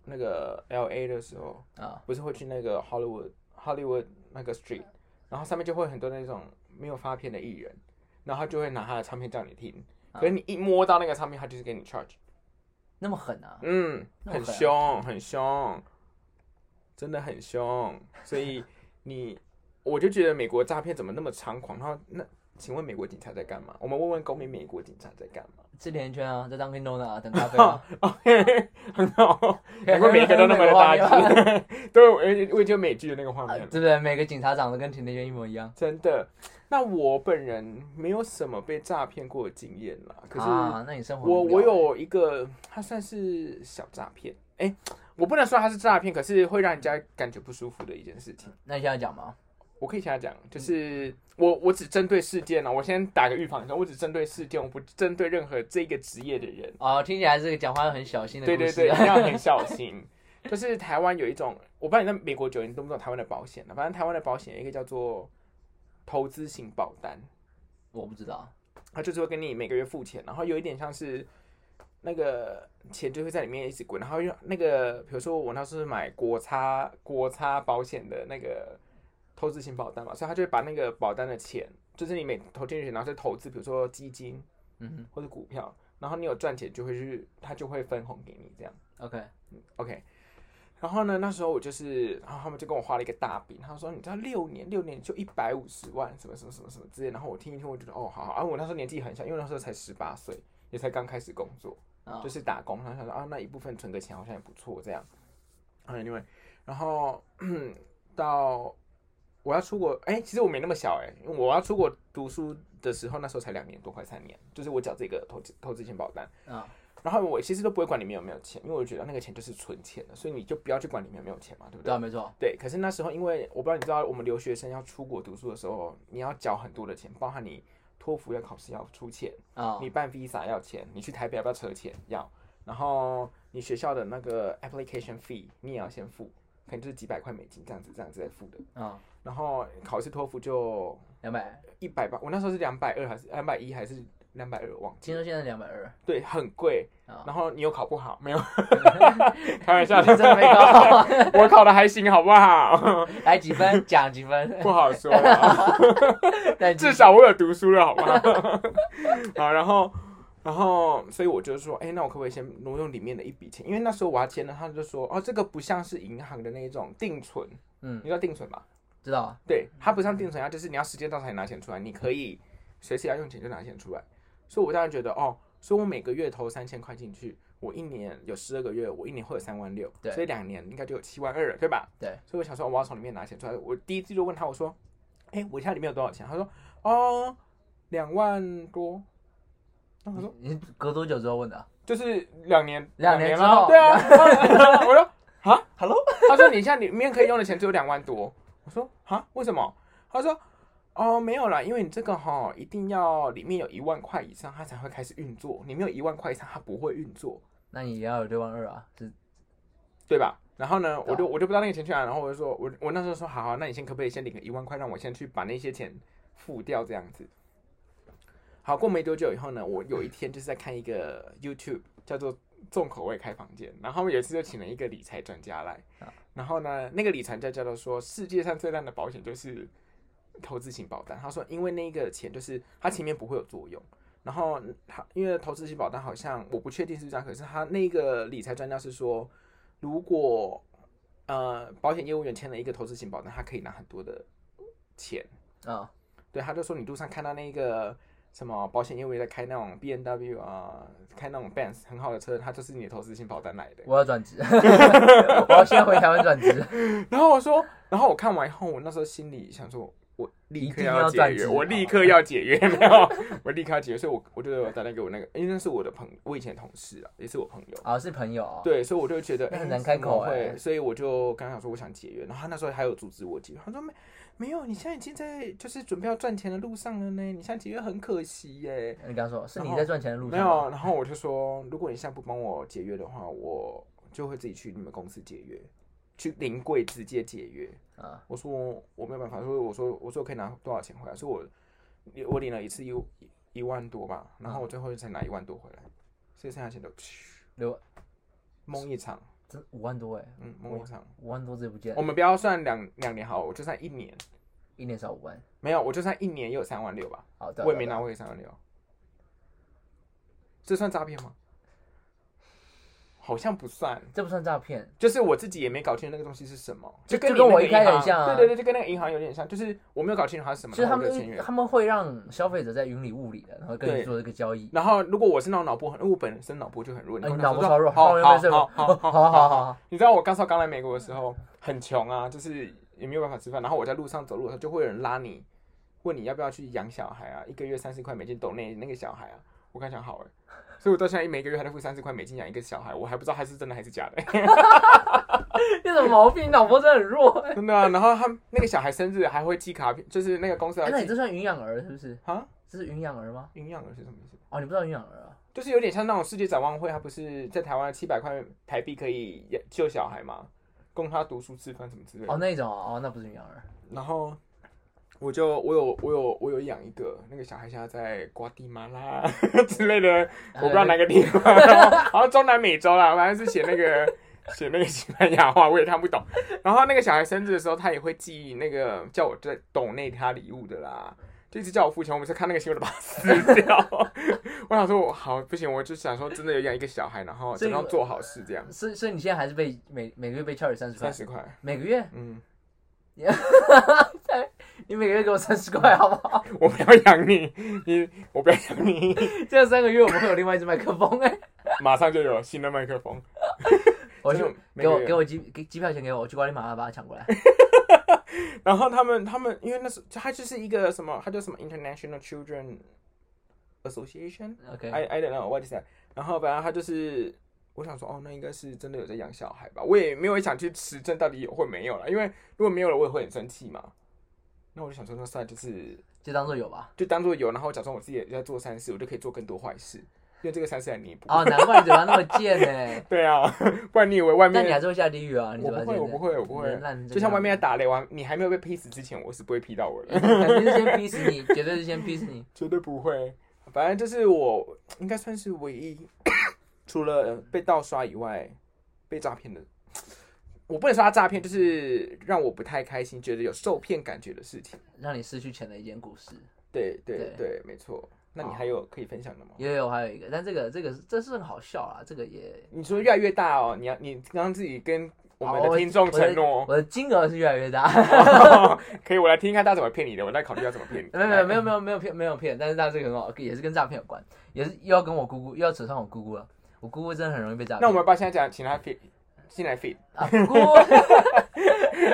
[SPEAKER 1] 那个 L A 的时候，
[SPEAKER 2] 啊，
[SPEAKER 1] 不是会去那个 Hollywood Hollywood 那个 street，然后上面就会很多那种没有发片的艺人，然后他就会拿他的唱片叫你听，
[SPEAKER 2] 啊
[SPEAKER 1] 可是你一摸到那个唱片，他就是给你 charge，
[SPEAKER 2] 那么狠啊！
[SPEAKER 1] 嗯，
[SPEAKER 2] 嗯那
[SPEAKER 1] 很
[SPEAKER 2] 我很
[SPEAKER 1] 凶，很凶，真的很凶。所以你，我就觉得美国诈骗怎么那么猖狂？然后那，请问美国警察在干嘛？我们问问公民，美国警察在干嘛？ [LAUGHS]
[SPEAKER 2] 吃甜圈啊，在当 d o n 啊，等咖啡啊。
[SPEAKER 1] OK，很好，难 [LAUGHS] 怪每一个都那么的大只，对，我也我也就美剧的那个画面了，
[SPEAKER 2] 呃对不对？每个警察长得跟甜甜圈一模一样。
[SPEAKER 1] 真的。那我本人没有什么被诈骗过的经验啦，可是
[SPEAKER 2] 啊，那你生活
[SPEAKER 1] 我
[SPEAKER 2] 很无
[SPEAKER 1] 我
[SPEAKER 2] 聊欸
[SPEAKER 1] 有一个，它算是小诈骗，哎、我不能说它是诈骗，可是会让人家感觉不舒服的一件事情。
[SPEAKER 2] 那你现在讲吗？
[SPEAKER 1] 我可以现在讲，就是我我只针对事件哦呢、我先打个预防针，我只针对事件，我不针对任何这个职业的人。
[SPEAKER 2] 哦，听起来是个讲话很小心的
[SPEAKER 1] 对
[SPEAKER 2] 故
[SPEAKER 1] 对
[SPEAKER 2] 事 [LAUGHS]
[SPEAKER 1] 对，一定要很小心。就是台湾有一种，我不知道你在美国久，你懂不懂台湾的保险呢、啊反正台湾的保险有一个叫做投资型保单，
[SPEAKER 2] 我不知道。
[SPEAKER 1] 他就是会跟你每个月付钱，然后有一点像是那个钱就会在里面一直滚，然后用那个比如说我那时候是买国差国差保险的那个投资型保单嘛，所以他就会把那个保单的钱，就是你每投进去，然后再投资，比如说基金，
[SPEAKER 2] 嗯
[SPEAKER 1] 或者股票，然后你有赚钱就会去，他就会分红给你这样。
[SPEAKER 2] 哼，OK，
[SPEAKER 1] OK，然后呢，那时候我就是，然后他们就跟我画了一个大饼，他说你知道六年六年就一百五十万什么什么什么什么之类，然后我听一听，我觉得哦好好，啊我那时候年纪很小，因为那时候才十八岁，也才刚开始工作，
[SPEAKER 2] 啊
[SPEAKER 1] 就是打工，然后想说啊那一部分存个钱好像也不错这样，哎因为然后到我要出国，哎、其实我没那么小哎、因为我要出国读书的时候，那时候才两年多快三年，就是我缴这个投资投资钱保单。
[SPEAKER 2] 啊，
[SPEAKER 1] 然后我其实都不会管里面有没有钱，因为我觉得那个钱就是存钱的，所以你就不要去管里面有没有钱嘛，对不对？
[SPEAKER 2] 对啊，没错，
[SPEAKER 1] 对。可是那时候，因为我不知道你知道，我们留学生要出国读书的时候，你要缴很多的钱，包含你托福要考试要出钱，
[SPEAKER 2] 啊
[SPEAKER 1] 你办 visa 要钱，你去台北要不要车钱要，然后你学校的那个 application fee 你也要先付，可能就是几百块美金这样子这样子再付的。
[SPEAKER 2] 啊，
[SPEAKER 1] 然后考试托福就
[SPEAKER 2] 两百，
[SPEAKER 1] 一百八，我那时候是两百二还是两百一还是两百二忘记
[SPEAKER 2] 听
[SPEAKER 1] 了，
[SPEAKER 2] 说现在两百二
[SPEAKER 1] 对，很贵。
[SPEAKER 2] 啊，
[SPEAKER 1] 然后你又考不好，没
[SPEAKER 2] [LAUGHS]
[SPEAKER 1] 有？开玩笑
[SPEAKER 2] 真的没
[SPEAKER 1] 的，
[SPEAKER 2] 高，
[SPEAKER 1] [LAUGHS] 我考的还行，好不好？ [LAUGHS]
[SPEAKER 2] 来几分讲几分，
[SPEAKER 1] 不好说啦，
[SPEAKER 2] [LAUGHS] 但
[SPEAKER 1] 至少我有读书了，好不 [LAUGHS] 好？好，然后，然后，所以我就说，哎、那我可不可以先挪用里面的一笔钱？因为那时候我还签了，他就说，哦，这个不像是银行的那种定存，
[SPEAKER 2] 嗯
[SPEAKER 1] 你知道定存吧？
[SPEAKER 2] 知道啊
[SPEAKER 1] 对，它不像定存，它就是你要时间到才拿钱出来，你可以随时要用钱就拿钱出来。所以我当然觉得，哦，所以我每个月投三千块进去，我一年有十二个月，我一年会有三万六，
[SPEAKER 2] 对
[SPEAKER 1] 所以两年应该就有七万二了，对吧？
[SPEAKER 2] 对。
[SPEAKER 1] 所以我想说，我要从里面拿钱出来。我第一次就问他，我说，哎、我现在里面有多少钱？他说，哦，两万多。那我说，
[SPEAKER 2] 你你隔多久之后问的？啊
[SPEAKER 1] 就是两年，
[SPEAKER 2] 两年
[SPEAKER 1] 年
[SPEAKER 2] 之后
[SPEAKER 1] 了，对啊。
[SPEAKER 2] [LAUGHS]
[SPEAKER 1] 我说，啊，
[SPEAKER 2] Hello，
[SPEAKER 1] [LAUGHS] 他说你现在里面可以用的钱只有两万多。我说啊，为什么？他说哦，没有啦，因为你这个哈、一定要里面有一万块以上，它才会开始运作。你没有一万块以上，它不会运作，
[SPEAKER 2] 那你也要有六万二啊，是
[SPEAKER 1] 对吧？然后呢，
[SPEAKER 2] 对啊
[SPEAKER 1] 我就我就不知道那个钱去哪，然后我就说，我我那时候说，好啊好，那你先可不可以先领个一万块，让我先去把那些钱付掉，这样子。好，过没多久以后呢，我有一天就是在看一个
[SPEAKER 2] [LAUGHS]
[SPEAKER 1] YouTube 叫做“重口味开房间”，然后有一次就请了一个理财专家来
[SPEAKER 2] 啊，
[SPEAKER 1] 然后呢，那个理财专家就说，世界上最烂的保险就是投资型保单。他说，因为那个钱就是它前面不会有作用，然后他因为投资型保单好像我不确定是不是这样，可是他那个理财专家是说，如果呃保险业务员签了一个投资型保单，他可以拿很多的钱。
[SPEAKER 2] 啊
[SPEAKER 1] 对，他就说你路上看到那个什么保险业务员在开那种 B N W 啊、开那种 Benz 很好的车，他就是你的投资型保单来的。
[SPEAKER 2] 我要
[SPEAKER 1] [LAUGHS]
[SPEAKER 2] 转职，我要先回台湾转职。
[SPEAKER 1] 然后我说，然后我看完以后，我那时候心里想说，我立刻
[SPEAKER 2] 一定要
[SPEAKER 1] 解
[SPEAKER 2] 转
[SPEAKER 1] 约，
[SPEAKER 2] 职
[SPEAKER 1] 啊
[SPEAKER 2] 啊
[SPEAKER 1] 我立刻要解约， [LAUGHS] 没有，我立刻要解约，所以我我就打电话给我那个，因为那是我的朋我以前的同事啊，也是我朋友。
[SPEAKER 2] 啊，是朋友、哦。
[SPEAKER 1] 对，所以我就觉得
[SPEAKER 2] 那很
[SPEAKER 1] 哎
[SPEAKER 2] 难开
[SPEAKER 1] 怎
[SPEAKER 2] 口
[SPEAKER 1] 么会
[SPEAKER 2] 哎
[SPEAKER 1] 所以我就刚想说我想解约，然后他那时候还有阻止我解约，他说没没有，你现在已经在就是准备要赚钱的路上了呢，你现在解约很可惜耶。
[SPEAKER 2] 你刚说是你在赚钱的路
[SPEAKER 1] 没
[SPEAKER 2] 上。
[SPEAKER 1] 有，，啊然后我就说，如果你现在不帮我解约的话，我就会自己去你们公司解约，去临柜直接解约。
[SPEAKER 2] 啊
[SPEAKER 1] 我说我没有办法，所以我说我说我可以拿多少钱回来，所以我我领了一次一一万多吧，然
[SPEAKER 2] 嗯
[SPEAKER 1] 后我最后才拿一万多回来，所以剩下钱都噗
[SPEAKER 2] 六
[SPEAKER 1] 梦一场，
[SPEAKER 2] 真五万多哎，
[SPEAKER 1] 嗯，梦一场。
[SPEAKER 2] 五万多这不见
[SPEAKER 1] 我，们不要算两两年好了，我就算一年，
[SPEAKER 2] 一年少五万。
[SPEAKER 1] 没有，我就算一年也有三万六吧，啊
[SPEAKER 2] 好的，
[SPEAKER 1] 我也没拿
[SPEAKER 2] 对。啊
[SPEAKER 1] 回三万六，这算诈骗吗？好像不算，
[SPEAKER 2] 对这不算诈骗，
[SPEAKER 1] 就是我自己也没搞清楚那个东西是什么，
[SPEAKER 2] 就
[SPEAKER 1] 跟
[SPEAKER 2] 就
[SPEAKER 1] 你
[SPEAKER 2] 跟
[SPEAKER 1] 那
[SPEAKER 2] 我
[SPEAKER 1] 个
[SPEAKER 2] 一开
[SPEAKER 1] 银
[SPEAKER 2] 始
[SPEAKER 1] 行
[SPEAKER 2] 很像啊
[SPEAKER 1] 对对对，就跟那个银行有点像，就是我没有搞清楚它是什么，
[SPEAKER 2] 就是他
[SPEAKER 1] 然后我就签
[SPEAKER 2] 们
[SPEAKER 1] 约
[SPEAKER 2] 他们会让消费者在云里雾里的，然后跟你
[SPEAKER 1] 对
[SPEAKER 2] 做这个交易。
[SPEAKER 1] 然后如果我是那种脑波很，因为我本身脑波就很弱，
[SPEAKER 2] 哎，
[SPEAKER 1] 会
[SPEAKER 2] 你
[SPEAKER 1] 想
[SPEAKER 2] 脑波
[SPEAKER 1] 说
[SPEAKER 2] 超弱，
[SPEAKER 1] 好
[SPEAKER 2] 好
[SPEAKER 1] 好
[SPEAKER 2] 好
[SPEAKER 1] 好
[SPEAKER 2] 好 [LAUGHS]
[SPEAKER 1] 好
[SPEAKER 2] 好
[SPEAKER 1] 好
[SPEAKER 2] 好，
[SPEAKER 1] 你知道我刚才刚来美国的时候很穷啊，就是也没有办法吃饭，然后我在路上走路的时候就会有人拉你，问你要不要去养小孩啊，一个月三十块美金抖那那个小孩啊，我刚想好哎、所以我到现在每个月还在付三十块美金养一个小孩，我还不知道他是真的还是假的、 [LAUGHS]
[SPEAKER 2] 你什么毛病？你脑波真的很弱。哎
[SPEAKER 1] 真的啊。然后他那个小孩生日还会寄卡片，就是那个公司
[SPEAKER 2] 哎
[SPEAKER 1] 要
[SPEAKER 2] 那你
[SPEAKER 1] 寄
[SPEAKER 2] 这算云养儿是不是？
[SPEAKER 1] 啊，
[SPEAKER 2] 这是云养儿吗？
[SPEAKER 1] 营养儿是什么意思？
[SPEAKER 2] 哦，你不知道云养儿啊？
[SPEAKER 1] 就是有点像那种世界展望会，他不是在台湾七百块台币可以救小孩吗？供他读书、吃饭什么之类的。
[SPEAKER 2] 哦，那种哦，哦那不是云养儿。
[SPEAKER 1] 然后我就我有我有我有养一个，那个小孩现在在瓜地马拉 [LAUGHS] 之类的，我不知
[SPEAKER 2] 哎
[SPEAKER 1] 道哪个地 [LAUGHS] 方，然后好像中南美洲啦，反正是写那个写那个西班牙话，我也看不懂。然后那个小孩生日的时候，他也会寄那个叫我在懂内他礼物的啦。就一直叫我付钱，我每次看那个新闻都把它撕掉。 [LAUGHS] 我想说我，好不行，我就想说，真的有养一个小孩，然后
[SPEAKER 2] 所以
[SPEAKER 1] 假装
[SPEAKER 2] 我
[SPEAKER 1] 做好事这样，
[SPEAKER 2] 所以所以你现在还是被每每个月被 charge 三十
[SPEAKER 1] 三，
[SPEAKER 2] 块
[SPEAKER 1] 十块，
[SPEAKER 2] 每个月
[SPEAKER 1] 嗯，
[SPEAKER 2] 你每个月给我三十块好不好？
[SPEAKER 1] 我不要养你，你我不要养你，
[SPEAKER 2] [LAUGHS] 这样三个月我们会有另外一支麦克风哎、
[SPEAKER 1] [LAUGHS] 马上就有新的麦克风，
[SPEAKER 2] 我去
[SPEAKER 1] 真的每
[SPEAKER 2] 给
[SPEAKER 1] 个
[SPEAKER 2] 我
[SPEAKER 1] 月
[SPEAKER 2] 给我机给机票钱给我，我去瓜地马拉把它抢
[SPEAKER 1] [LAUGHS]
[SPEAKER 2] 过来。
[SPEAKER 1] 然后他们他们因为那是他就是一个什么，他叫什么 International Children Association。
[SPEAKER 2] OK，
[SPEAKER 1] I I don't know what is that。然后反正他就是，我想说，哦，那应该是真的有在养小孩吧。我也没有想去实证到底有或没有了，因为如果没有了，我也会很生气嘛。那我就想说，那算了就是
[SPEAKER 2] 就当做有吧。
[SPEAKER 1] 就当做有，然后假装我自己也在做善事，我就可以做更多坏事，用这个善事来弥补。
[SPEAKER 2] 哦，难怪你嘴巴那么贱
[SPEAKER 1] [LAUGHS]
[SPEAKER 2] 呢、
[SPEAKER 1] 对啊，不然你以为外
[SPEAKER 2] 但你
[SPEAKER 1] 面
[SPEAKER 2] 还是会下地狱啊！你
[SPEAKER 1] 我
[SPEAKER 2] 嘴巴
[SPEAKER 1] 不
[SPEAKER 2] 贱
[SPEAKER 1] 会，
[SPEAKER 2] 的
[SPEAKER 1] 我不会，我不会
[SPEAKER 2] 人。烂成这个
[SPEAKER 1] 就像外面
[SPEAKER 2] 样
[SPEAKER 1] 在打雷，我还你还没有被劈死之前，我是不会劈到我的。 [LAUGHS]
[SPEAKER 2] 子， [LAUGHS] 肯定是先逼死你，绝 [LAUGHS] 对是先逼死你。
[SPEAKER 1] 绝对不会。反正就是我应该算是唯一， [COUGHS] 除了呃被盗刷以外，被诈骗的。我不能说他诈骗，就是让我不太开心，觉得有受骗感觉的事情。
[SPEAKER 2] 让你失去钱的一件故事。
[SPEAKER 1] 对对
[SPEAKER 2] 对
[SPEAKER 1] 对，没错。那你还有可以分享的吗？
[SPEAKER 2] 也有还有一个，但这个这个这是很好笑啊，这个也
[SPEAKER 1] 你说越来越大哦，你要你刚刚自己跟我们
[SPEAKER 2] 好
[SPEAKER 1] 的听众承
[SPEAKER 2] [LAUGHS]
[SPEAKER 1] 诺，
[SPEAKER 2] 我的金额是越来越大， [LAUGHS]
[SPEAKER 1] 可以我来听听看他怎么骗你的，我在考虑要怎么骗你。
[SPEAKER 2] [LAUGHS] 没有没有没有没有没有骗没有骗，但是它这个很好，也是跟诈骗有关，也是又要跟我姑姑又要扯上我姑姑了，我姑姑真的很容易被诈骗。
[SPEAKER 1] 那我们要不要现在讲，请他 fit 进来 fit，
[SPEAKER 2] 啊姑姑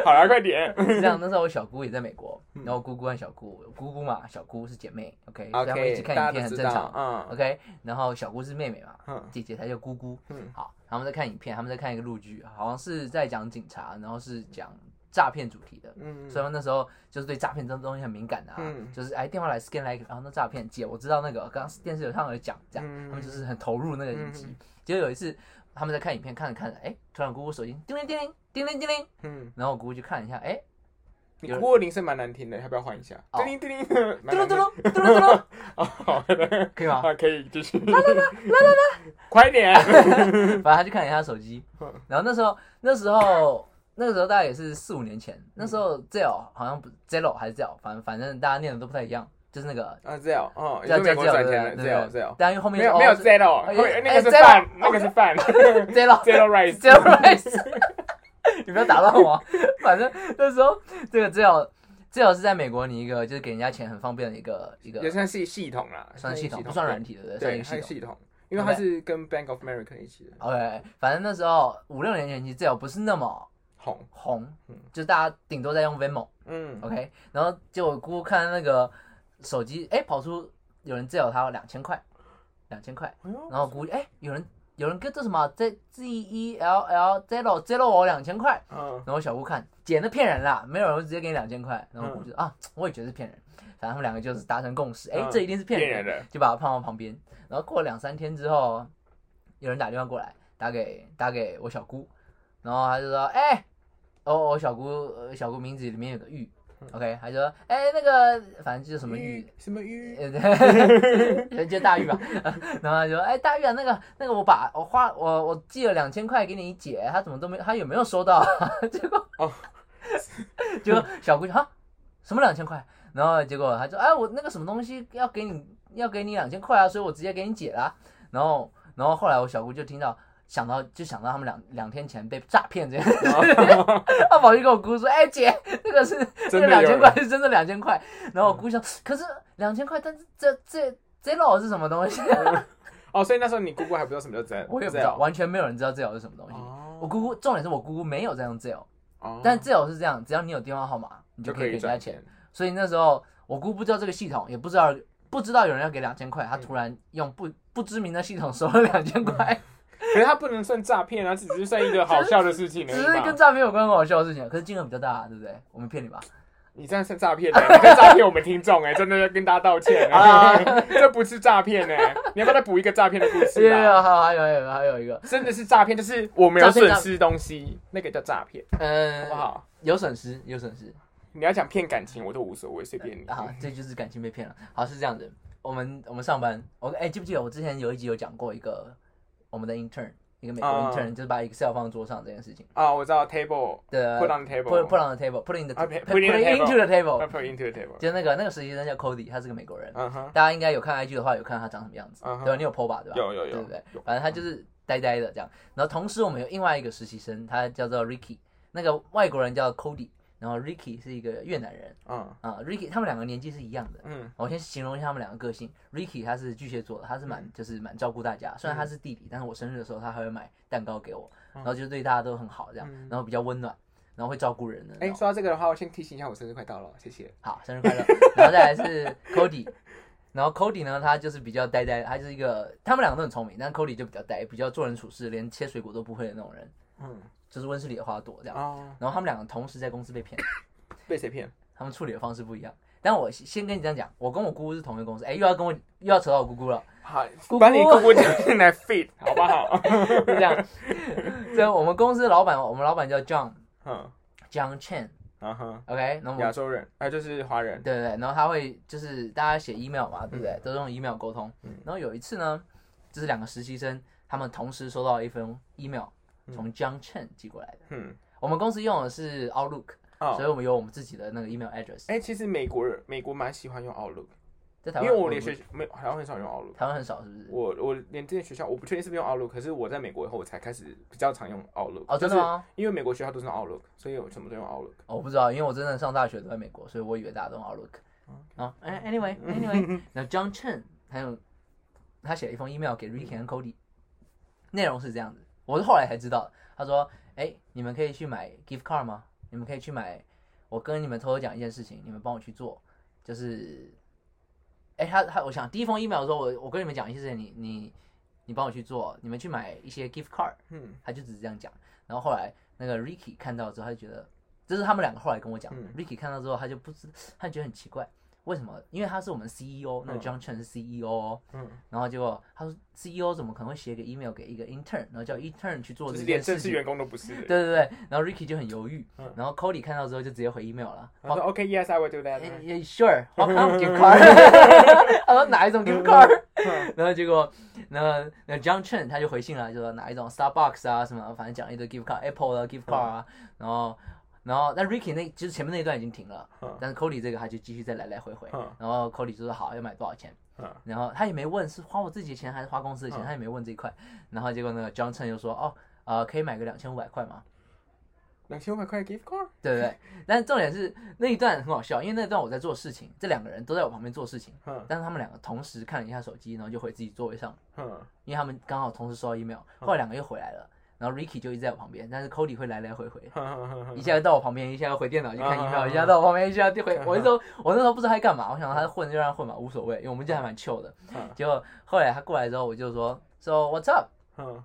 [SPEAKER 1] 好了，快点。
[SPEAKER 2] [LAUGHS] 是
[SPEAKER 1] [LAUGHS]
[SPEAKER 2] 这样，那时候我小姑也在美国，
[SPEAKER 1] 嗯
[SPEAKER 2] 然后姑姑和小姑姑姑嘛，小姑是姐妹，OK，, 所以她们一
[SPEAKER 1] OK，
[SPEAKER 2] 起看影
[SPEAKER 1] 大家
[SPEAKER 2] 片
[SPEAKER 1] 都
[SPEAKER 2] 很
[SPEAKER 1] 知
[SPEAKER 2] 正
[SPEAKER 1] 道
[SPEAKER 2] 常，。
[SPEAKER 1] 嗯
[SPEAKER 2] OK，然后小姑是妹妹嘛，
[SPEAKER 1] 嗯
[SPEAKER 2] 姐姐才叫姑姑。
[SPEAKER 1] 嗯
[SPEAKER 2] 好，他们在看影片，他们在看一个陆剧，好像是在讲警察，然后是讲诈骗主题的。
[SPEAKER 1] 嗯
[SPEAKER 2] 所以他们那时候就是对诈骗这种东西很敏感啊，
[SPEAKER 1] 嗯
[SPEAKER 2] 就是哎电话来 scan 来，然后那诈骗姐我知道那个，刚刚电视有上有讲这样，
[SPEAKER 1] 嗯
[SPEAKER 2] 他们就是很投入那个影集。
[SPEAKER 1] 嗯
[SPEAKER 2] 结果有一次他们在看影片，看着看着，哎，突然姑姑手机叮铃叮铃叮铃叮铃，
[SPEAKER 1] 嗯。
[SPEAKER 2] 然后我姑姑去看一下，哎，
[SPEAKER 1] 你
[SPEAKER 2] 有人
[SPEAKER 1] 不过铃声蛮难听的，要不要换一下？
[SPEAKER 2] 哦
[SPEAKER 1] 叮铃叮铃，
[SPEAKER 2] 嘟
[SPEAKER 1] 蛮
[SPEAKER 2] 噜
[SPEAKER 1] 难听
[SPEAKER 2] 嘟噜嘟噜嘟噜，
[SPEAKER 1] [LAUGHS] 哦，好的，
[SPEAKER 2] 可以吗？
[SPEAKER 1] 啊，可以继续。啦啦啦啦啦啦， [LAUGHS] 快
[SPEAKER 2] [LAUGHS]
[SPEAKER 1] 点！
[SPEAKER 2] 反正他去看了一下他手机，
[SPEAKER 1] 嗯
[SPEAKER 2] 然后那时候那时候那个时候大概也是四五年前，那时候 Zell 好像不 Zell 还是 Zell，反正反正大家念的都不太一样，就是那个
[SPEAKER 1] 啊，Zell，哦，
[SPEAKER 2] 叫
[SPEAKER 1] 就
[SPEAKER 2] 叫
[SPEAKER 1] 美国
[SPEAKER 2] Zell
[SPEAKER 1] 转
[SPEAKER 2] 对
[SPEAKER 1] 钱
[SPEAKER 2] 不
[SPEAKER 1] 的
[SPEAKER 2] 对对
[SPEAKER 1] Zell Zell，
[SPEAKER 2] 但因为后面
[SPEAKER 1] 没有没有 Zell，
[SPEAKER 2] 哎
[SPEAKER 1] 后面那个是
[SPEAKER 2] 哎
[SPEAKER 1] 饭，那个是
[SPEAKER 2] [LAUGHS]
[SPEAKER 1] 饭
[SPEAKER 2] Zell
[SPEAKER 1] ，Zell Rice，
[SPEAKER 2] Zell Rice，你不 [LAUGHS] 要打断我， [LAUGHS] 反正那时候这个 Zell Zell 是在美国你一个就是给人家钱很方便的一个一个
[SPEAKER 1] 也算是系统啦，
[SPEAKER 2] 算
[SPEAKER 1] 是
[SPEAKER 2] 系统不算软体的对不对，算一
[SPEAKER 1] 对，
[SPEAKER 2] 个
[SPEAKER 1] 它
[SPEAKER 2] 系
[SPEAKER 1] 是系
[SPEAKER 2] 统。
[SPEAKER 1] 统，因为它是跟 Bank of America 一起的
[SPEAKER 2] OK，反正那时候五六年前其实 Zell 不是那么
[SPEAKER 1] 红，
[SPEAKER 2] 红
[SPEAKER 1] 嗯，
[SPEAKER 2] 就是大家顶多在用 Venmo。
[SPEAKER 1] 嗯
[SPEAKER 2] OK，然后结果姑姑看那个手机，哎，跑出有人借了他两千块，两千块，
[SPEAKER 1] 哎呦
[SPEAKER 2] 然后姑哎，有人有人跟这什么 Z Z E L L zero zero 我两千块，
[SPEAKER 1] 嗯，
[SPEAKER 2] 然后小姑看，姐那骗人啦，没有人会直接给你两千块，然后姑就、啊，我也觉得是骗人，反正他们两个就是达成共识，哎，
[SPEAKER 1] 嗯
[SPEAKER 2] 这一定是骗
[SPEAKER 1] 骗
[SPEAKER 2] 人
[SPEAKER 1] 人
[SPEAKER 2] 的，
[SPEAKER 1] 的，
[SPEAKER 2] 就把他放到旁边，然后过了两三天之后，有人打电话过来，打给打给我小姑，然后他就说，哎、哦，我小姑呃小姑名字里面有个玉，OK，他就说，哎、那个反正就是什么玉。
[SPEAKER 1] 什么
[SPEAKER 2] [LAUGHS]
[SPEAKER 1] 玉？ [LAUGHS]
[SPEAKER 2] 呃，对就大玉吧， [LAUGHS] 然后他就说：“哎、大玉啊，那个那个，我把我花我我寄了两千块给你姐，她怎么都没，她有没有收到、 [LAUGHS] 啊？结果
[SPEAKER 1] 哦，
[SPEAKER 2] [LAUGHS] 结果小姑就哈，什么两千块？然后结果他就哎，我那个什么东西要给你要给你两千块啊，所以我直接给你解啦。然后然后后来我小姑就听到想到就想到他们两两天前被诈骗这件事， [LAUGHS] 她跑去跟我姑说，哎姐，那个是那
[SPEAKER 1] 真的
[SPEAKER 2] 个两
[SPEAKER 1] 有嗯
[SPEAKER 2] 千
[SPEAKER 1] 人
[SPEAKER 2] 块是 [LAUGHS] 真的两千块。然后我姑想，可是两千块，但是这这。这 o 是什么东西？ [LAUGHS]
[SPEAKER 1] [LAUGHS] 哦，所以那时候你姑姑还不知道什么叫 Zell，
[SPEAKER 2] 我也不知道，完全没有人知道 Zell 是什么东西。我
[SPEAKER 1] 哦，
[SPEAKER 2] 姑姑，重点是我姑姑没有在用 Zell，
[SPEAKER 1] 哦
[SPEAKER 2] 但 Zell 是这样，只要你有电话号码，你就
[SPEAKER 1] 就
[SPEAKER 2] 可以给人家
[SPEAKER 1] 赚
[SPEAKER 2] 钱
[SPEAKER 1] 钱。。
[SPEAKER 2] 所以那时候我姑不知道这个系统，也不知道不知道有人要给两千块，
[SPEAKER 1] 嗯
[SPEAKER 2] 他突然用不不知名的系统收了两千块，
[SPEAKER 1] 可是它不能算诈骗啊，只是算一个好笑的事情而
[SPEAKER 2] 只
[SPEAKER 1] 已
[SPEAKER 2] [LAUGHS] 是跟
[SPEAKER 1] 嘛。
[SPEAKER 2] 诈骗有关很好笑的事情，可是金额比较大，啊对不对？我没骗你吧？
[SPEAKER 1] 你这样算诈骗的，欸你在诈骗我们听众哎、真的要跟大家道歉
[SPEAKER 2] 好
[SPEAKER 1] 哎、
[SPEAKER 2] [LAUGHS]
[SPEAKER 1] [LAUGHS] 这不是诈骗哎，你要不要再补一个诈骗的故事
[SPEAKER 2] 有
[SPEAKER 1] 啊？
[SPEAKER 2] 有好，哎还有还有还有一个，
[SPEAKER 1] 真的是诈骗，就是我没有
[SPEAKER 2] 诈骗诈
[SPEAKER 1] 损失东西，那个叫诈骗，
[SPEAKER 2] 嗯，
[SPEAKER 1] 好不好？
[SPEAKER 2] 有损失，有损失。
[SPEAKER 1] 你要讲骗感情，我都无所谓，随便你。
[SPEAKER 2] 啊，这就是感情被骗了。好，是这样子，我们我们上班，我哎、记不记得我之前有一集有讲过一个我们的 intern，一个美国
[SPEAKER 1] 啊
[SPEAKER 2] intern，、就是把 Excel 放桌上这件事情。
[SPEAKER 1] 啊，我知道 table
[SPEAKER 2] 对
[SPEAKER 1] put on the table
[SPEAKER 2] 呃 put put on the table，put in the
[SPEAKER 1] Ah,
[SPEAKER 2] ta-
[SPEAKER 1] put in the table
[SPEAKER 2] into
[SPEAKER 1] or
[SPEAKER 2] the table，
[SPEAKER 1] put into the table，
[SPEAKER 2] 就是那个那个实习生叫 Cody，他是个美国人。
[SPEAKER 1] 嗯哼，
[SPEAKER 2] 大家应该有看 IG 的话，有看他长什么样子
[SPEAKER 1] 嗯哼
[SPEAKER 2] 对吧？你有 PO 吧，对吧？
[SPEAKER 1] 有有有，
[SPEAKER 2] 对不对
[SPEAKER 1] 有？
[SPEAKER 2] 反正他就是呆呆的这样。然后同时我们有另外一个实习生，他叫做 Ricky，那个外国人叫 Cody，然后 Ricky 是一个越南人
[SPEAKER 1] 嗯
[SPEAKER 2] 啊、r i c k y 他们两个年纪是一样的。
[SPEAKER 1] 嗯
[SPEAKER 2] 我先形容一下他们两个个性。Ricky 他是巨蟹座的，他是蛮、
[SPEAKER 1] 嗯
[SPEAKER 2] 就是蛮照顾大家，虽然他是弟弟，但是我生日的时候他还会买蛋糕给我，然后就对大家都很好这样，
[SPEAKER 1] 嗯
[SPEAKER 2] 然后比较温暖，然后会照顾人的那哦
[SPEAKER 1] 哎、
[SPEAKER 2] 种。
[SPEAKER 1] 说到这个的话，我先提醒一下，我生日快到了，谢谢。
[SPEAKER 2] 好，生日快乐。然后再来是 Cody，然 [LAUGHS] 后 Cody 呢，他就是比较呆呆，他就是一个他们两个都很聪明，但 Cody 就比较呆，比较做人处事，连切水果都不会的那种人，
[SPEAKER 1] 嗯，
[SPEAKER 2] 就是温室里的花朵这样。
[SPEAKER 1] 哦，
[SPEAKER 2] 然后他们两个同时在公司被骗，
[SPEAKER 1] 被谁骗？
[SPEAKER 2] 他们处理的方式不一样。但我先先跟你这样讲，我跟我姑姑是同一个公司，哎，又要跟我又要扯到我姑姑了，
[SPEAKER 1] 好，
[SPEAKER 2] 姑
[SPEAKER 1] 把你姑姑叫进来 fit [LAUGHS] 好不
[SPEAKER 2] [LAUGHS]
[SPEAKER 1] 好？
[SPEAKER 2] 就这样。所以我们公司老板，我们老板叫 John
[SPEAKER 1] 嗯，
[SPEAKER 2] John Chen，OK，、
[SPEAKER 1] 啊哈，
[SPEAKER 2] 然后我们
[SPEAKER 1] 亚洲人，啊、就是华人，
[SPEAKER 2] 对对对，然后他会就是大家写 email 嘛，对不对？都是用 email 沟通。
[SPEAKER 1] 嗯
[SPEAKER 2] 然后有一次呢，就是两个实习生他们同时收到一封 email，从 John Chen 寄过来的。
[SPEAKER 1] 嗯，
[SPEAKER 2] 我们公司用的是 Outlook，、
[SPEAKER 1] 哦，
[SPEAKER 2] 所以我们有我们自己的那个 email address。
[SPEAKER 1] 哎、其实美国人，美国蛮喜欢用 Outlook，
[SPEAKER 2] 在台
[SPEAKER 1] 因
[SPEAKER 2] 湾
[SPEAKER 1] 为我连
[SPEAKER 2] 不
[SPEAKER 1] 学没有，好像很少用 Outlook。
[SPEAKER 2] 台湾很少，是不是？
[SPEAKER 1] 我我连这些学校，我不确定是不是用 Outlook，可是我在美国以后，我才开始比较常用 Outlook。
[SPEAKER 2] 哦，真的？吗？
[SPEAKER 1] 因为美国学校都是用 Outlook，所以我全部都用 Outlook。
[SPEAKER 2] 哦我不知道，因为我真的上大学都在美国，所以我以为大家都用 Outlook。啊、哎 a n y w a y anyway，那 John Chen 还有他写了一封 email 给 Ricky 和 Cody，内容是这样子，我是后来才知道的，他说，哎，你们可以去买 gift card 吗？你们可以去买，我跟你们偷偷讲一件事情，你们帮我去做，就是，哎，他他，我想第一封 email 说，我我跟你们讲一件事情，你你你帮我去做，你们去买一些 gift card，
[SPEAKER 1] 嗯
[SPEAKER 2] 他就只是这样讲。然后后来那个 Ricky 看到之后，他就觉得，这是他们两个后来跟我讲、
[SPEAKER 1] 嗯
[SPEAKER 2] r i c k y 看到之后，他就不知，他就觉得很奇怪，为什么？因为他是我们 CEO，那个
[SPEAKER 1] 嗯
[SPEAKER 2] John Chen 是 CEO，、哦
[SPEAKER 1] 嗯，
[SPEAKER 2] 然后结果他说 CEO 怎么可能会写个 email 给一个 intern，然后叫 intern 去做
[SPEAKER 1] 就
[SPEAKER 2] 这
[SPEAKER 1] 是
[SPEAKER 2] 件
[SPEAKER 1] 连
[SPEAKER 2] 事
[SPEAKER 1] 正式
[SPEAKER 2] 情？
[SPEAKER 1] 员工都不是的。
[SPEAKER 2] 对对对，然后 Ricky 就很犹豫，
[SPEAKER 1] 嗯
[SPEAKER 2] 然后 Cody 看到之后就直接回 email 了。
[SPEAKER 1] 他说 OK, yes, I will do that.
[SPEAKER 2] 也 [LAUGHS] sure，我哎看 gift card，他说哪一种 gift card，然 [LAUGHS] 后结果，那那 John Chen 他就回信了，就说哪一种 Starbucks 啊什么，反正讲了一堆 gift card，Apple 的 gift card 啊，然后然后但 Ricky 那就是前面那一段已经停了
[SPEAKER 1] 嗯，
[SPEAKER 2] 但是 Cody 这个他就继续再来来回回
[SPEAKER 1] 嗯，
[SPEAKER 2] 然后 Cody 就说好要买多少钱
[SPEAKER 1] 嗯，
[SPEAKER 2] 然后他也没问是花我自己的钱还是花公司的钱，
[SPEAKER 1] 嗯
[SPEAKER 2] 他也没问这一块，然后结果那个 John Chen 就说哦呃可以买个两千五百块吗？
[SPEAKER 1] 两千五百块 gift card，
[SPEAKER 2] 对不对？但是重点是那一段很好笑，因为那段我在做事情，这两个人都在我旁边做事情，
[SPEAKER 1] 嗯
[SPEAKER 2] 但是他们两个同时看了一下手机，然后就回自己座位上，
[SPEAKER 1] 嗯
[SPEAKER 2] 因为他们刚好同时收到 email，后来两个又回来了，然后 Ricky 就一直在我旁边，但是 Cody 会来来回回。
[SPEAKER 1] 嗯
[SPEAKER 2] 一下到我旁边，一下又回电脑去看
[SPEAKER 1] 嗯
[SPEAKER 2] email，
[SPEAKER 1] 嗯嗯
[SPEAKER 2] 一下到我旁边，一下就回。
[SPEAKER 1] 嗯
[SPEAKER 2] 我那时候，我那时候不知道他在干嘛，我想他混就让他混吧，无所谓，因为我们这还蛮 chill 的
[SPEAKER 1] 嗯。
[SPEAKER 2] 结果后来他过来之后，我就说，So what's up？
[SPEAKER 1] 嗯。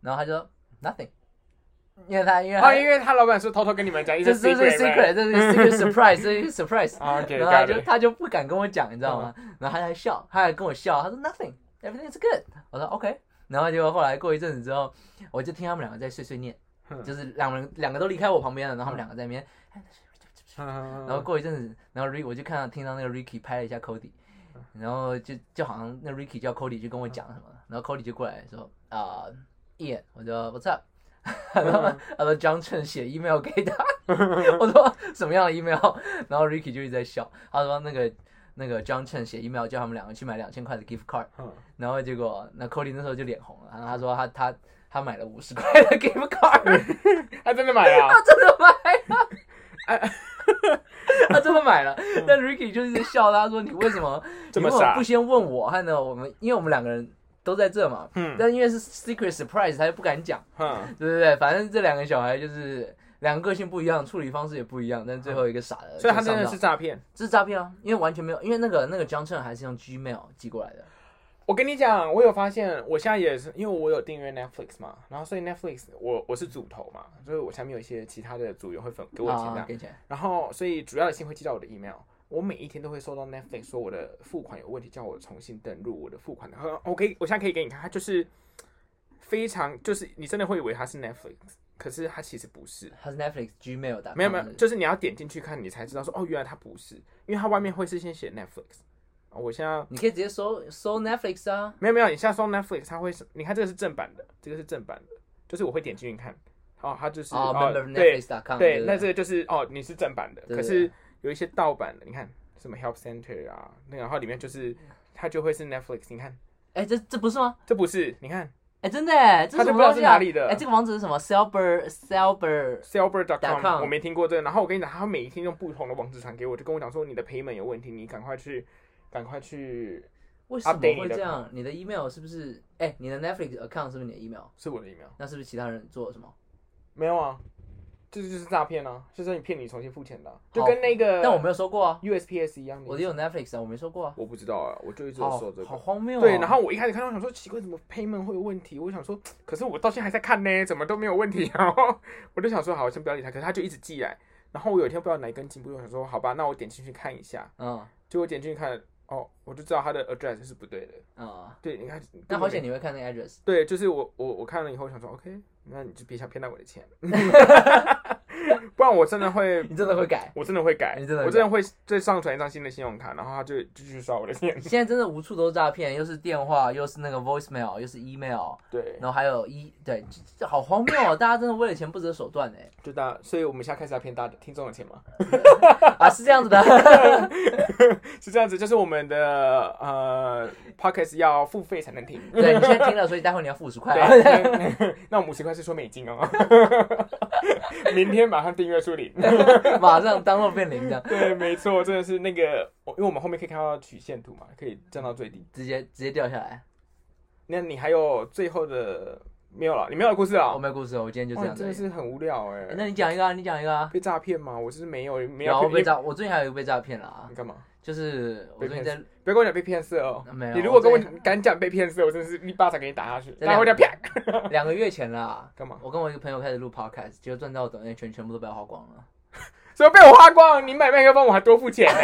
[SPEAKER 2] 然后他就说 nothing，因为他因为他
[SPEAKER 1] 哦，因为他老板是偷偷跟你们讲一
[SPEAKER 2] 这
[SPEAKER 1] 些
[SPEAKER 2] 这是 secret，
[SPEAKER 1] right？
[SPEAKER 2] 这是 secret surprise，这是 surprise。
[SPEAKER 1] OK，
[SPEAKER 2] 然后他
[SPEAKER 1] got
[SPEAKER 2] 就
[SPEAKER 1] it 嗯
[SPEAKER 2] 他就不敢跟我讲，你知道吗？然后他还笑，他还跟我笑，他说 nothing，everything is good。我说 OK。然后结果后来过一阵子之后，我就听他们两个在碎碎念，
[SPEAKER 1] 嗯
[SPEAKER 2] 就是两人两个都离开我旁边了，然后他们两个在那边。
[SPEAKER 1] 嗯。
[SPEAKER 2] 然后过一阵子，然后 Rick 我就看到听到那个 Ricky 拍了一下 Cody，然后就就好像那 Ricky 叫 Cody 就跟我讲什么，然后 Cody 就过来说啊、i a n 我说 What's up？他 [LAUGHS] 说他说 John Chen 写 email 给他， [LAUGHS] 我说什么样的 email？然 [LAUGHS] 后 Ricky 就一直在笑，他说那个那个 John Chen 写 email 叫他们两个去买两千块的 gift card，
[SPEAKER 1] 嗯
[SPEAKER 2] 然后结果那 Cody 那时候就脸红了，然后他说他他他买了五十块的 gift card，
[SPEAKER 1] 他真的买了啊，
[SPEAKER 2] 他真的买了，哎 [LAUGHS] 他真的买了。但 Ricky 就是一直笑他说：“你为
[SPEAKER 1] [LAUGHS]
[SPEAKER 2] 什么
[SPEAKER 1] 嗯这么
[SPEAKER 2] 你为什
[SPEAKER 1] 傻
[SPEAKER 2] 不先问我？”还呢，我们因为我们两个人都在这嘛，
[SPEAKER 1] 嗯
[SPEAKER 2] 但因为是 secret surprise，他就不敢讲，
[SPEAKER 1] 嗯，
[SPEAKER 2] 对对对。反正这两个小孩就是两个个性不一样，处理方式也不一样，但最后一个傻的，
[SPEAKER 1] 嗯所以他
[SPEAKER 2] 就上
[SPEAKER 1] 真的
[SPEAKER 2] 当
[SPEAKER 1] 是诈骗。
[SPEAKER 2] 这是诈骗啊，因为完全没有，因为那个那个 John Chen 还是用 Gmail 寄过来的，
[SPEAKER 1] 我跟你讲，我有发现，我现在也是，因为我有订阅 Netflix 嘛，然后所以 Netflix 我我是主投嘛，所以我下面有一些其他的组员会分给我钱这
[SPEAKER 2] 啊
[SPEAKER 1] 样，
[SPEAKER 2] 给钱，
[SPEAKER 1] 然后所以主要的信会寄到我的 email，我每一天都会收到 Netflix 说我的付款有问题，叫我重新登录我的付款的。呃我可以，我现在可以给你看，它就是非常，就是你真的会以为它是 Netflix，可是它其实不是。
[SPEAKER 2] 他是 Netflix Gmail 打，
[SPEAKER 1] 没有没有，就是你要点进去看，你才知道说哦，原来它不是，因为它外面会是先写 Netflix，我现在
[SPEAKER 2] 你可以直接搜搜 Netflix 啊，
[SPEAKER 1] 没有没有，你现在搜 Netflix，它会是，你看这个是正版的，这个是正版的，就是我会点进去看，哦，它就是
[SPEAKER 2] 啊、m e m b e r
[SPEAKER 1] 哦，对
[SPEAKER 2] Netflix.com，
[SPEAKER 1] 对，
[SPEAKER 2] 不
[SPEAKER 1] 那这个就是哦，你是正版的，
[SPEAKER 2] 对
[SPEAKER 1] 可是有一些盗版的，你看什么 Help Center 啊，那个然后里面就是它就会是 Netflix，你看
[SPEAKER 2] 哎、这这不是吗？
[SPEAKER 1] 这不是，你看
[SPEAKER 2] 哎、真的哎，这
[SPEAKER 1] 他
[SPEAKER 2] 是
[SPEAKER 1] 就不知
[SPEAKER 2] 什么
[SPEAKER 1] 道
[SPEAKER 2] 东
[SPEAKER 1] 是
[SPEAKER 2] 西啊？
[SPEAKER 1] 哪里的
[SPEAKER 2] 哎、这个网址是什么？Selber Selber，
[SPEAKER 1] Silver.com，
[SPEAKER 2] com
[SPEAKER 1] 我没听过这个，然后我跟你讲，他每一天用不同的网址传给我，就跟我讲说你的 payment 有问题，你赶快去，赶快去，
[SPEAKER 2] 为什么
[SPEAKER 1] Update 你
[SPEAKER 2] 会
[SPEAKER 1] 的
[SPEAKER 2] 这样？你的 email 是不是？哎、你的 Netflix account 是不是你的 email？
[SPEAKER 1] 是我的 email。
[SPEAKER 2] 那是不是其他人做了什么？
[SPEAKER 1] 没有啊，这就是诈骗啊，就是你骗你重新付钱的啊、就
[SPEAKER 2] 好
[SPEAKER 1] 跟那个，
[SPEAKER 2] 但我没有收过啊，
[SPEAKER 1] USPS 一样的意思。
[SPEAKER 2] 我也有 Netflix 啊，我没收过啊。
[SPEAKER 1] 我不知道啊，我就一直有
[SPEAKER 2] 好
[SPEAKER 1] 说这个。
[SPEAKER 2] 好荒谬、哦。
[SPEAKER 1] 对，然后我一开始看到我想说奇怪，怎么 payment 会有问题？我想说，可是我到现在还在看呢，怎么都没有问题。然后 [LAUGHS] 我就想说，好，我先不要理他。可是他就一直寄来，然后我有一天不知道哪根筋不对，我想说，好吧，那我点进去看一下。
[SPEAKER 2] 嗯
[SPEAKER 1] 结果点进去看，哦，我就知道他的 address 是不对的。
[SPEAKER 2] 嗯，
[SPEAKER 1] 对，你看，
[SPEAKER 2] 那好险你会看那个 address。
[SPEAKER 1] [LAUGHS] 对，就是我我我看了以后我想说，OK，那你就别想骗到我的钱， [LAUGHS] 不然我真的会
[SPEAKER 2] 你真的会改？
[SPEAKER 1] 我真的会改，
[SPEAKER 2] 你真的会
[SPEAKER 1] 我真的会再上传一张新的信用卡，然后他就继续刷我的钱。
[SPEAKER 2] [LAUGHS] 现在真的无处都是诈骗，又是电话，又是那个 voicemail，又是 email，
[SPEAKER 1] 对，
[SPEAKER 2] 然后还有一对，这这好荒谬哦！大家真的为了钱不择手段
[SPEAKER 1] [LAUGHS]
[SPEAKER 2] 哎，
[SPEAKER 1] 就大，所以我们现在开始要骗大家听众的钱嘛，
[SPEAKER 2] 啊是这样子的，
[SPEAKER 1] 是这样子，就是我们的呃 podcast 要付费才能
[SPEAKER 2] [LAUGHS]
[SPEAKER 1] 听。
[SPEAKER 2] 对你现在听了，所以待会你要付五十块啊。
[SPEAKER 1] 对，那 [LAUGHS] 我们五十块是说美金哦， [LAUGHS] 明天马上订阅处
[SPEAKER 2] [LAUGHS]
[SPEAKER 1] 理。
[SPEAKER 2] 马上当肉变零这样，
[SPEAKER 1] 对，没错，真的是那个，因为我们后面可以看到曲线图嘛，可以降到最低。
[SPEAKER 2] 直接直接掉下来。
[SPEAKER 1] 那你还有最后的没有了？你没有了故事了？
[SPEAKER 2] 我没有故事哦，我今天就
[SPEAKER 1] 哇
[SPEAKER 2] 这样
[SPEAKER 1] 真的
[SPEAKER 2] 子。
[SPEAKER 1] 是很无聊哎、
[SPEAKER 2] 哎那你讲一个啊，你讲一个啊。
[SPEAKER 1] 被诈骗吗？我是没有，没
[SPEAKER 2] 然
[SPEAKER 1] 有
[SPEAKER 2] 后被诈，我最近还有一个被诈骗了啊
[SPEAKER 1] 你，干嘛？
[SPEAKER 2] 就是我最近在
[SPEAKER 1] 不要跟我讲嗯被骗色哦！
[SPEAKER 2] 没有
[SPEAKER 1] 你如果跟我
[SPEAKER 2] 我在
[SPEAKER 1] 敢讲被骗色，我真的是一巴掌给你打下去，
[SPEAKER 2] 在
[SPEAKER 1] 然后我就啪！
[SPEAKER 2] 两个月前啦，
[SPEAKER 1] 干嘛？
[SPEAKER 2] 我跟我一个朋友开始录 podcast，结果赚到的抖音全全部都被我花光了，
[SPEAKER 1] 所以被我花光，你买麦克风我还多付钱
[SPEAKER 2] [LAUGHS]
[SPEAKER 1] 呢、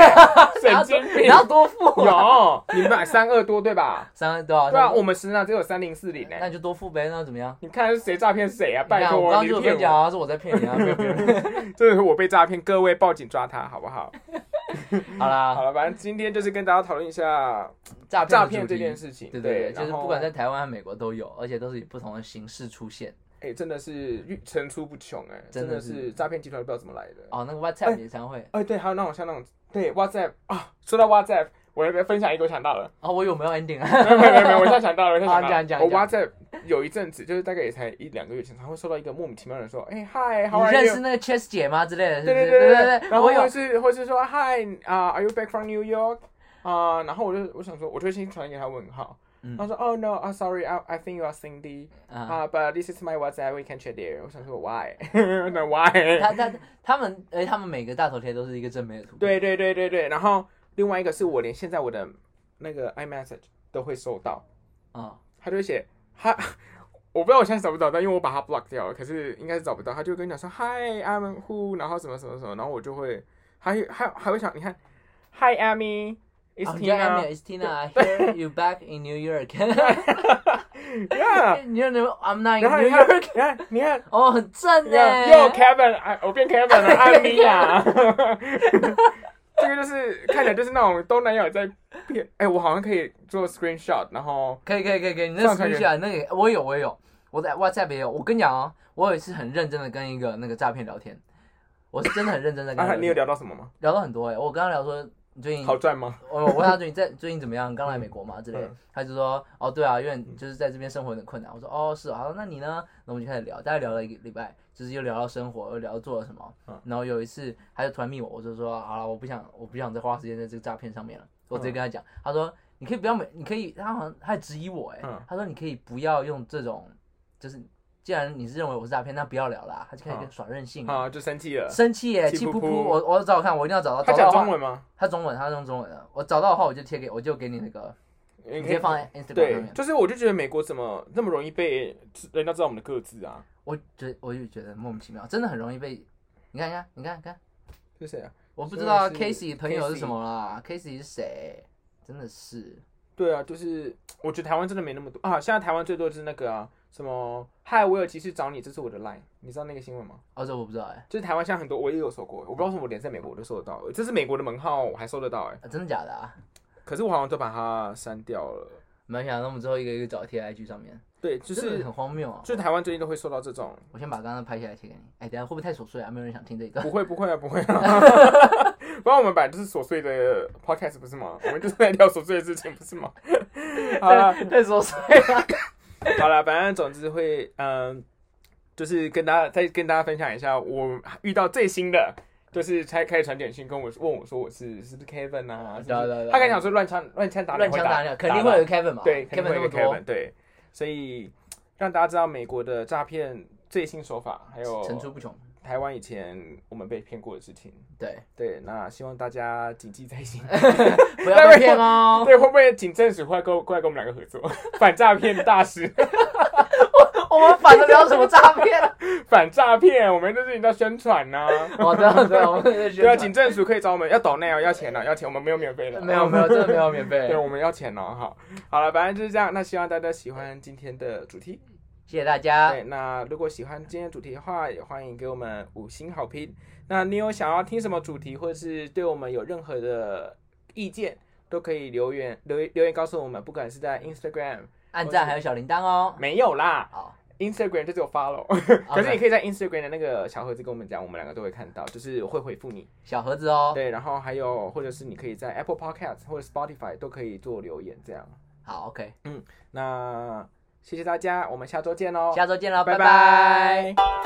[SPEAKER 1] 神经病
[SPEAKER 2] 然！后多付
[SPEAKER 1] [LAUGHS]
[SPEAKER 2] 啊，
[SPEAKER 1] 有，你买三二多对
[SPEAKER 2] [LAUGHS]
[SPEAKER 1] 吧？
[SPEAKER 2] 三个对啊，
[SPEAKER 1] 对啊，
[SPEAKER 2] 三个
[SPEAKER 1] 我们身上只有三零四零
[SPEAKER 2] 那
[SPEAKER 1] 呢。
[SPEAKER 2] 你就多付呗，那又怎么样？
[SPEAKER 1] 你看是谁诈骗谁啊？
[SPEAKER 2] 你
[SPEAKER 1] 拜
[SPEAKER 2] 看我
[SPEAKER 1] 托，
[SPEAKER 2] 刚刚
[SPEAKER 1] 你
[SPEAKER 2] 就有跟
[SPEAKER 1] 骗
[SPEAKER 2] 你讲啊，是我在骗你啊，没有别人。
[SPEAKER 1] 这是我被诈骗，各位报警抓他好不好？ [LAUGHS]
[SPEAKER 2] 好
[SPEAKER 1] 好
[SPEAKER 2] 啦，
[SPEAKER 1] 了，反正今天就是跟大家讨论一下
[SPEAKER 2] 诈
[SPEAKER 1] 诈骗
[SPEAKER 2] 骗啊的主
[SPEAKER 1] 这
[SPEAKER 2] 题
[SPEAKER 1] 件。事情。
[SPEAKER 2] 对
[SPEAKER 1] 对
[SPEAKER 2] 对对，就是
[SPEAKER 1] 然后
[SPEAKER 2] 不管在台湾和美国都有，而且都是以不同的形式出现。
[SPEAKER 1] 哎、真的是欲层出不穷哎、真
[SPEAKER 2] 真
[SPEAKER 1] 的
[SPEAKER 2] 的是
[SPEAKER 1] 是诈骗集团不知道怎么来的。
[SPEAKER 2] 哦，那个
[SPEAKER 1] 哎
[SPEAKER 2] WhatsApp 演唱会，
[SPEAKER 1] 哎、对，还有那种像那种对 WhatsApp 啊，说到 WhatsApp，我来分享一个，我想到了，
[SPEAKER 2] 哦，我有没有 ending 啊？
[SPEAKER 1] 没有没有没有，我现在想到了，我现在想到
[SPEAKER 2] 好
[SPEAKER 1] 了。
[SPEAKER 2] 你讲
[SPEAKER 1] 我
[SPEAKER 2] 你讲
[SPEAKER 1] WhatsApp 有一阵子，就是大概也才一两个月前，常会收到一个莫名其妙的人说，哎、嗨，How
[SPEAKER 2] 你
[SPEAKER 1] are
[SPEAKER 2] 认识
[SPEAKER 1] you？
[SPEAKER 2] 那个 Chess 姐吗？之类的，是不
[SPEAKER 1] 对
[SPEAKER 2] 是？
[SPEAKER 1] 对对
[SPEAKER 2] 对
[SPEAKER 1] 然后
[SPEAKER 2] 我有
[SPEAKER 1] 或是或是说 Hi 啊、a r e you back from New York？啊、然后我就我想说，我就先传给他问号。
[SPEAKER 2] 嗯
[SPEAKER 1] 他说：“Oh no, I'm sorry. I I think you are Cindy.
[SPEAKER 2] 啊。
[SPEAKER 1] 啊、b u t this is my WhatsApp. We can chat there.” 我想说，Why? [LAUGHS] 那 Why?
[SPEAKER 2] 他他他们，而且他们每个大头贴都是一个正面的图。，
[SPEAKER 1] 对对对对对，然后另外一个是我连现在我的那个 iMessage 都会收到，
[SPEAKER 2] 啊，
[SPEAKER 1] 他就会写他， [LAUGHS] 我不知道我现在找不找到，因为我把它 block 掉了，可是应该是找不到。他就跟你讲说 Hi I'm who，然后什么什么什么，然后我就会还还还会想，你看 Hi Amy。It's
[SPEAKER 2] 啊你叫
[SPEAKER 1] [LAUGHS] Tina，Yeah，
[SPEAKER 2] Amy，It's Tina，I hear you back in
[SPEAKER 1] [LAUGHS]
[SPEAKER 2] New [LAUGHS] York。你 [LAUGHS] 就 I'm
[SPEAKER 1] 然
[SPEAKER 2] not in
[SPEAKER 1] 后
[SPEAKER 2] New
[SPEAKER 1] 你看，
[SPEAKER 2] York。 [LAUGHS]
[SPEAKER 1] 你看，你看，
[SPEAKER 2] 哦，很正呢。
[SPEAKER 1] 又 Kevin，哎，我变 Kevin 了，艾米亚。 [LAUGHS] 这个就是看起来就是那种东南亚在变，哎，我好像可以做 screenshot，然后
[SPEAKER 2] 可以可以可以可以，你那
[SPEAKER 1] 上传
[SPEAKER 2] screen
[SPEAKER 1] 给
[SPEAKER 2] shot 那个我有我有，我在 WhatsApp 也有。我跟你讲哦，我有一次很认真的跟一个那个诈骗聊天，我是真的很认真的跟
[SPEAKER 1] [LAUGHS]
[SPEAKER 2] 他
[SPEAKER 1] 啊，
[SPEAKER 2] 聊
[SPEAKER 1] 你
[SPEAKER 2] 天
[SPEAKER 1] 有聊到什么吗？
[SPEAKER 2] 聊到很多哎、我跟他聊说你最近
[SPEAKER 1] 好赚吗？
[SPEAKER 2] 我我问他最近在最近怎么样，刚来美国嘛之类的
[SPEAKER 1] 嗯，
[SPEAKER 2] 他就说哦对啊，因为就是在这边生活有点困难。我说哦是哦，他说那你呢？那我们就开始聊，大概聊了一个礼拜，就是又聊到生活，又聊到做了什么
[SPEAKER 1] 嗯。
[SPEAKER 2] 然后有一次他就突然密我，我就说好了，我不想我不想再花时间在这个诈骗上面了，我直接跟他讲，他说你可以不要每你可以，他好像他还质疑我哎、
[SPEAKER 1] 嗯
[SPEAKER 2] 他说你可以不要用这种，就是既然你是认为我是诈骗，那不要聊啦，他就开始
[SPEAKER 1] 嗯
[SPEAKER 2] 跟耍任性。
[SPEAKER 1] 啊，就生气了。
[SPEAKER 2] 生气耶，
[SPEAKER 1] 气
[SPEAKER 2] 气
[SPEAKER 1] 噗
[SPEAKER 2] 噗噗！
[SPEAKER 1] 噗
[SPEAKER 2] 我我找找看，我一定要找到。
[SPEAKER 1] 他
[SPEAKER 2] 找
[SPEAKER 1] 讲
[SPEAKER 2] 到的话
[SPEAKER 1] 中文吗？
[SPEAKER 2] 他中文，他用中文的。我找到的话，我就贴给，我就给你那个，
[SPEAKER 1] 你
[SPEAKER 2] 你直接放在 Instagram 上
[SPEAKER 1] 对，
[SPEAKER 2] 面。
[SPEAKER 1] 就是我就觉得美国怎么那么容易被人家知道我们的各自啊？
[SPEAKER 2] 我觉我就觉得莫名其妙，真的很容易被。你看，你看，你看，你看，
[SPEAKER 1] 是谁啊？
[SPEAKER 2] 我不知道
[SPEAKER 1] 真的是
[SPEAKER 2] Casey 朋友
[SPEAKER 1] Casey
[SPEAKER 2] 是什么啦，Casey 是谁？真的是
[SPEAKER 1] 对啊，就是我觉得台湾真的没那么多啊。现在台湾最多就是那个啊，什么嗨，我有急事找你，这是我的 line，你知道那个新闻吗？
[SPEAKER 2] 哦，这我不知道哎、
[SPEAKER 1] 就是台湾现在很多，我也有收过，我不知道为什么我连在美国我都收得到，这是美国的门号我还收得到哎、
[SPEAKER 2] 啊真的假的啊？
[SPEAKER 1] 可是我好像都把它删掉了。
[SPEAKER 2] 没关系啊，那我们之后一个一个找贴 IG 上面，
[SPEAKER 1] 对，就
[SPEAKER 2] 真的
[SPEAKER 1] 是
[SPEAKER 2] 很荒谬啊。
[SPEAKER 1] 就台湾最近都会受到这种，
[SPEAKER 2] 我先把刚刚拍下来贴给你。哎，等一下会不会太琐碎啊？没有人想听
[SPEAKER 1] [LAUGHS]
[SPEAKER 2] 这个。
[SPEAKER 1] 不会不会啊不会啊， [LAUGHS] 不然我们本来就是琐碎的 podcast 不是吗？我们就是在聊琐碎的事情不是吗？ [LAUGHS] 好了，
[SPEAKER 2] 太琐碎了。
[SPEAKER 1] 好了，反正总之会，嗯，就是跟大家再跟大家分享一下，我遇到最新的，就是才开始传简讯跟我问我说我是是不是 Kevin 啊？是不
[SPEAKER 2] 对啊对啊
[SPEAKER 1] 是
[SPEAKER 2] 对啊
[SPEAKER 1] 他刚想说乱枪乱枪打
[SPEAKER 2] 乱
[SPEAKER 1] 会
[SPEAKER 2] 枪
[SPEAKER 1] 打
[SPEAKER 2] 打鸟，肯定会有一
[SPEAKER 1] 打
[SPEAKER 2] 个 Kevin 嘛？
[SPEAKER 1] 对肯定
[SPEAKER 2] ，Kevin
[SPEAKER 1] 会
[SPEAKER 2] 那
[SPEAKER 1] 有
[SPEAKER 2] 么
[SPEAKER 1] 一个
[SPEAKER 2] 多
[SPEAKER 1] Kevin，对，所以让大家知道美国的诈骗最新手法，还
[SPEAKER 2] 层出
[SPEAKER 1] 有
[SPEAKER 2] 不穷。
[SPEAKER 1] 台湾以前我们被骗过的事情。
[SPEAKER 2] 对，
[SPEAKER 1] 对，那希望大家谨记在心。
[SPEAKER 2] 哎不要被骗哦。
[SPEAKER 1] 对，会不会警政署会跟我过来跟我们两个合作， [LAUGHS] 反诈骗大师？ [LAUGHS]
[SPEAKER 2] 我们反得了什么诈骗？
[SPEAKER 1] 反诈骗，我们就是你在宣传呐、
[SPEAKER 2] [LAUGHS] 哦，对啊对啊，我们在宣
[SPEAKER 1] 对啊，
[SPEAKER 2] 传
[SPEAKER 1] 警政署可以找我们，要抖内哦，要钱哦，要钱，我们没有免费的，
[SPEAKER 2] 没有没有，真的没有免
[SPEAKER 1] [LAUGHS]
[SPEAKER 2] 费
[SPEAKER 1] 对，。我们要钱哦，好，好了，反正就是这样。那希望大家喜欢今天的主题。
[SPEAKER 2] 谢谢大家。
[SPEAKER 1] 对，那如果喜欢今天的主题的话，也欢迎给我们五星好评。那你有想要听什么主题，或者是对我们有任何的意见，都可以留言留留言告诉我们，不管是在 Instagram
[SPEAKER 2] 按赞还有小铃铛哦。
[SPEAKER 1] 没有啦
[SPEAKER 2] 好，啊
[SPEAKER 1] ，Instagram 就只有 follow，可 [LAUGHS] 是你可以在 Instagram 的那个小盒子跟我们讲，我们两个都会看到，就是会回复你。
[SPEAKER 2] 小盒子哦。
[SPEAKER 1] 对，然后还有或者是你可以在 Apple Podcast 或者 Spotify 都可以做留言这样。
[SPEAKER 2] 好，OK，
[SPEAKER 1] 那谢谢大家，我们下周见喽，哦
[SPEAKER 2] 下周见了，
[SPEAKER 1] 拜
[SPEAKER 2] 拜拜
[SPEAKER 1] 拜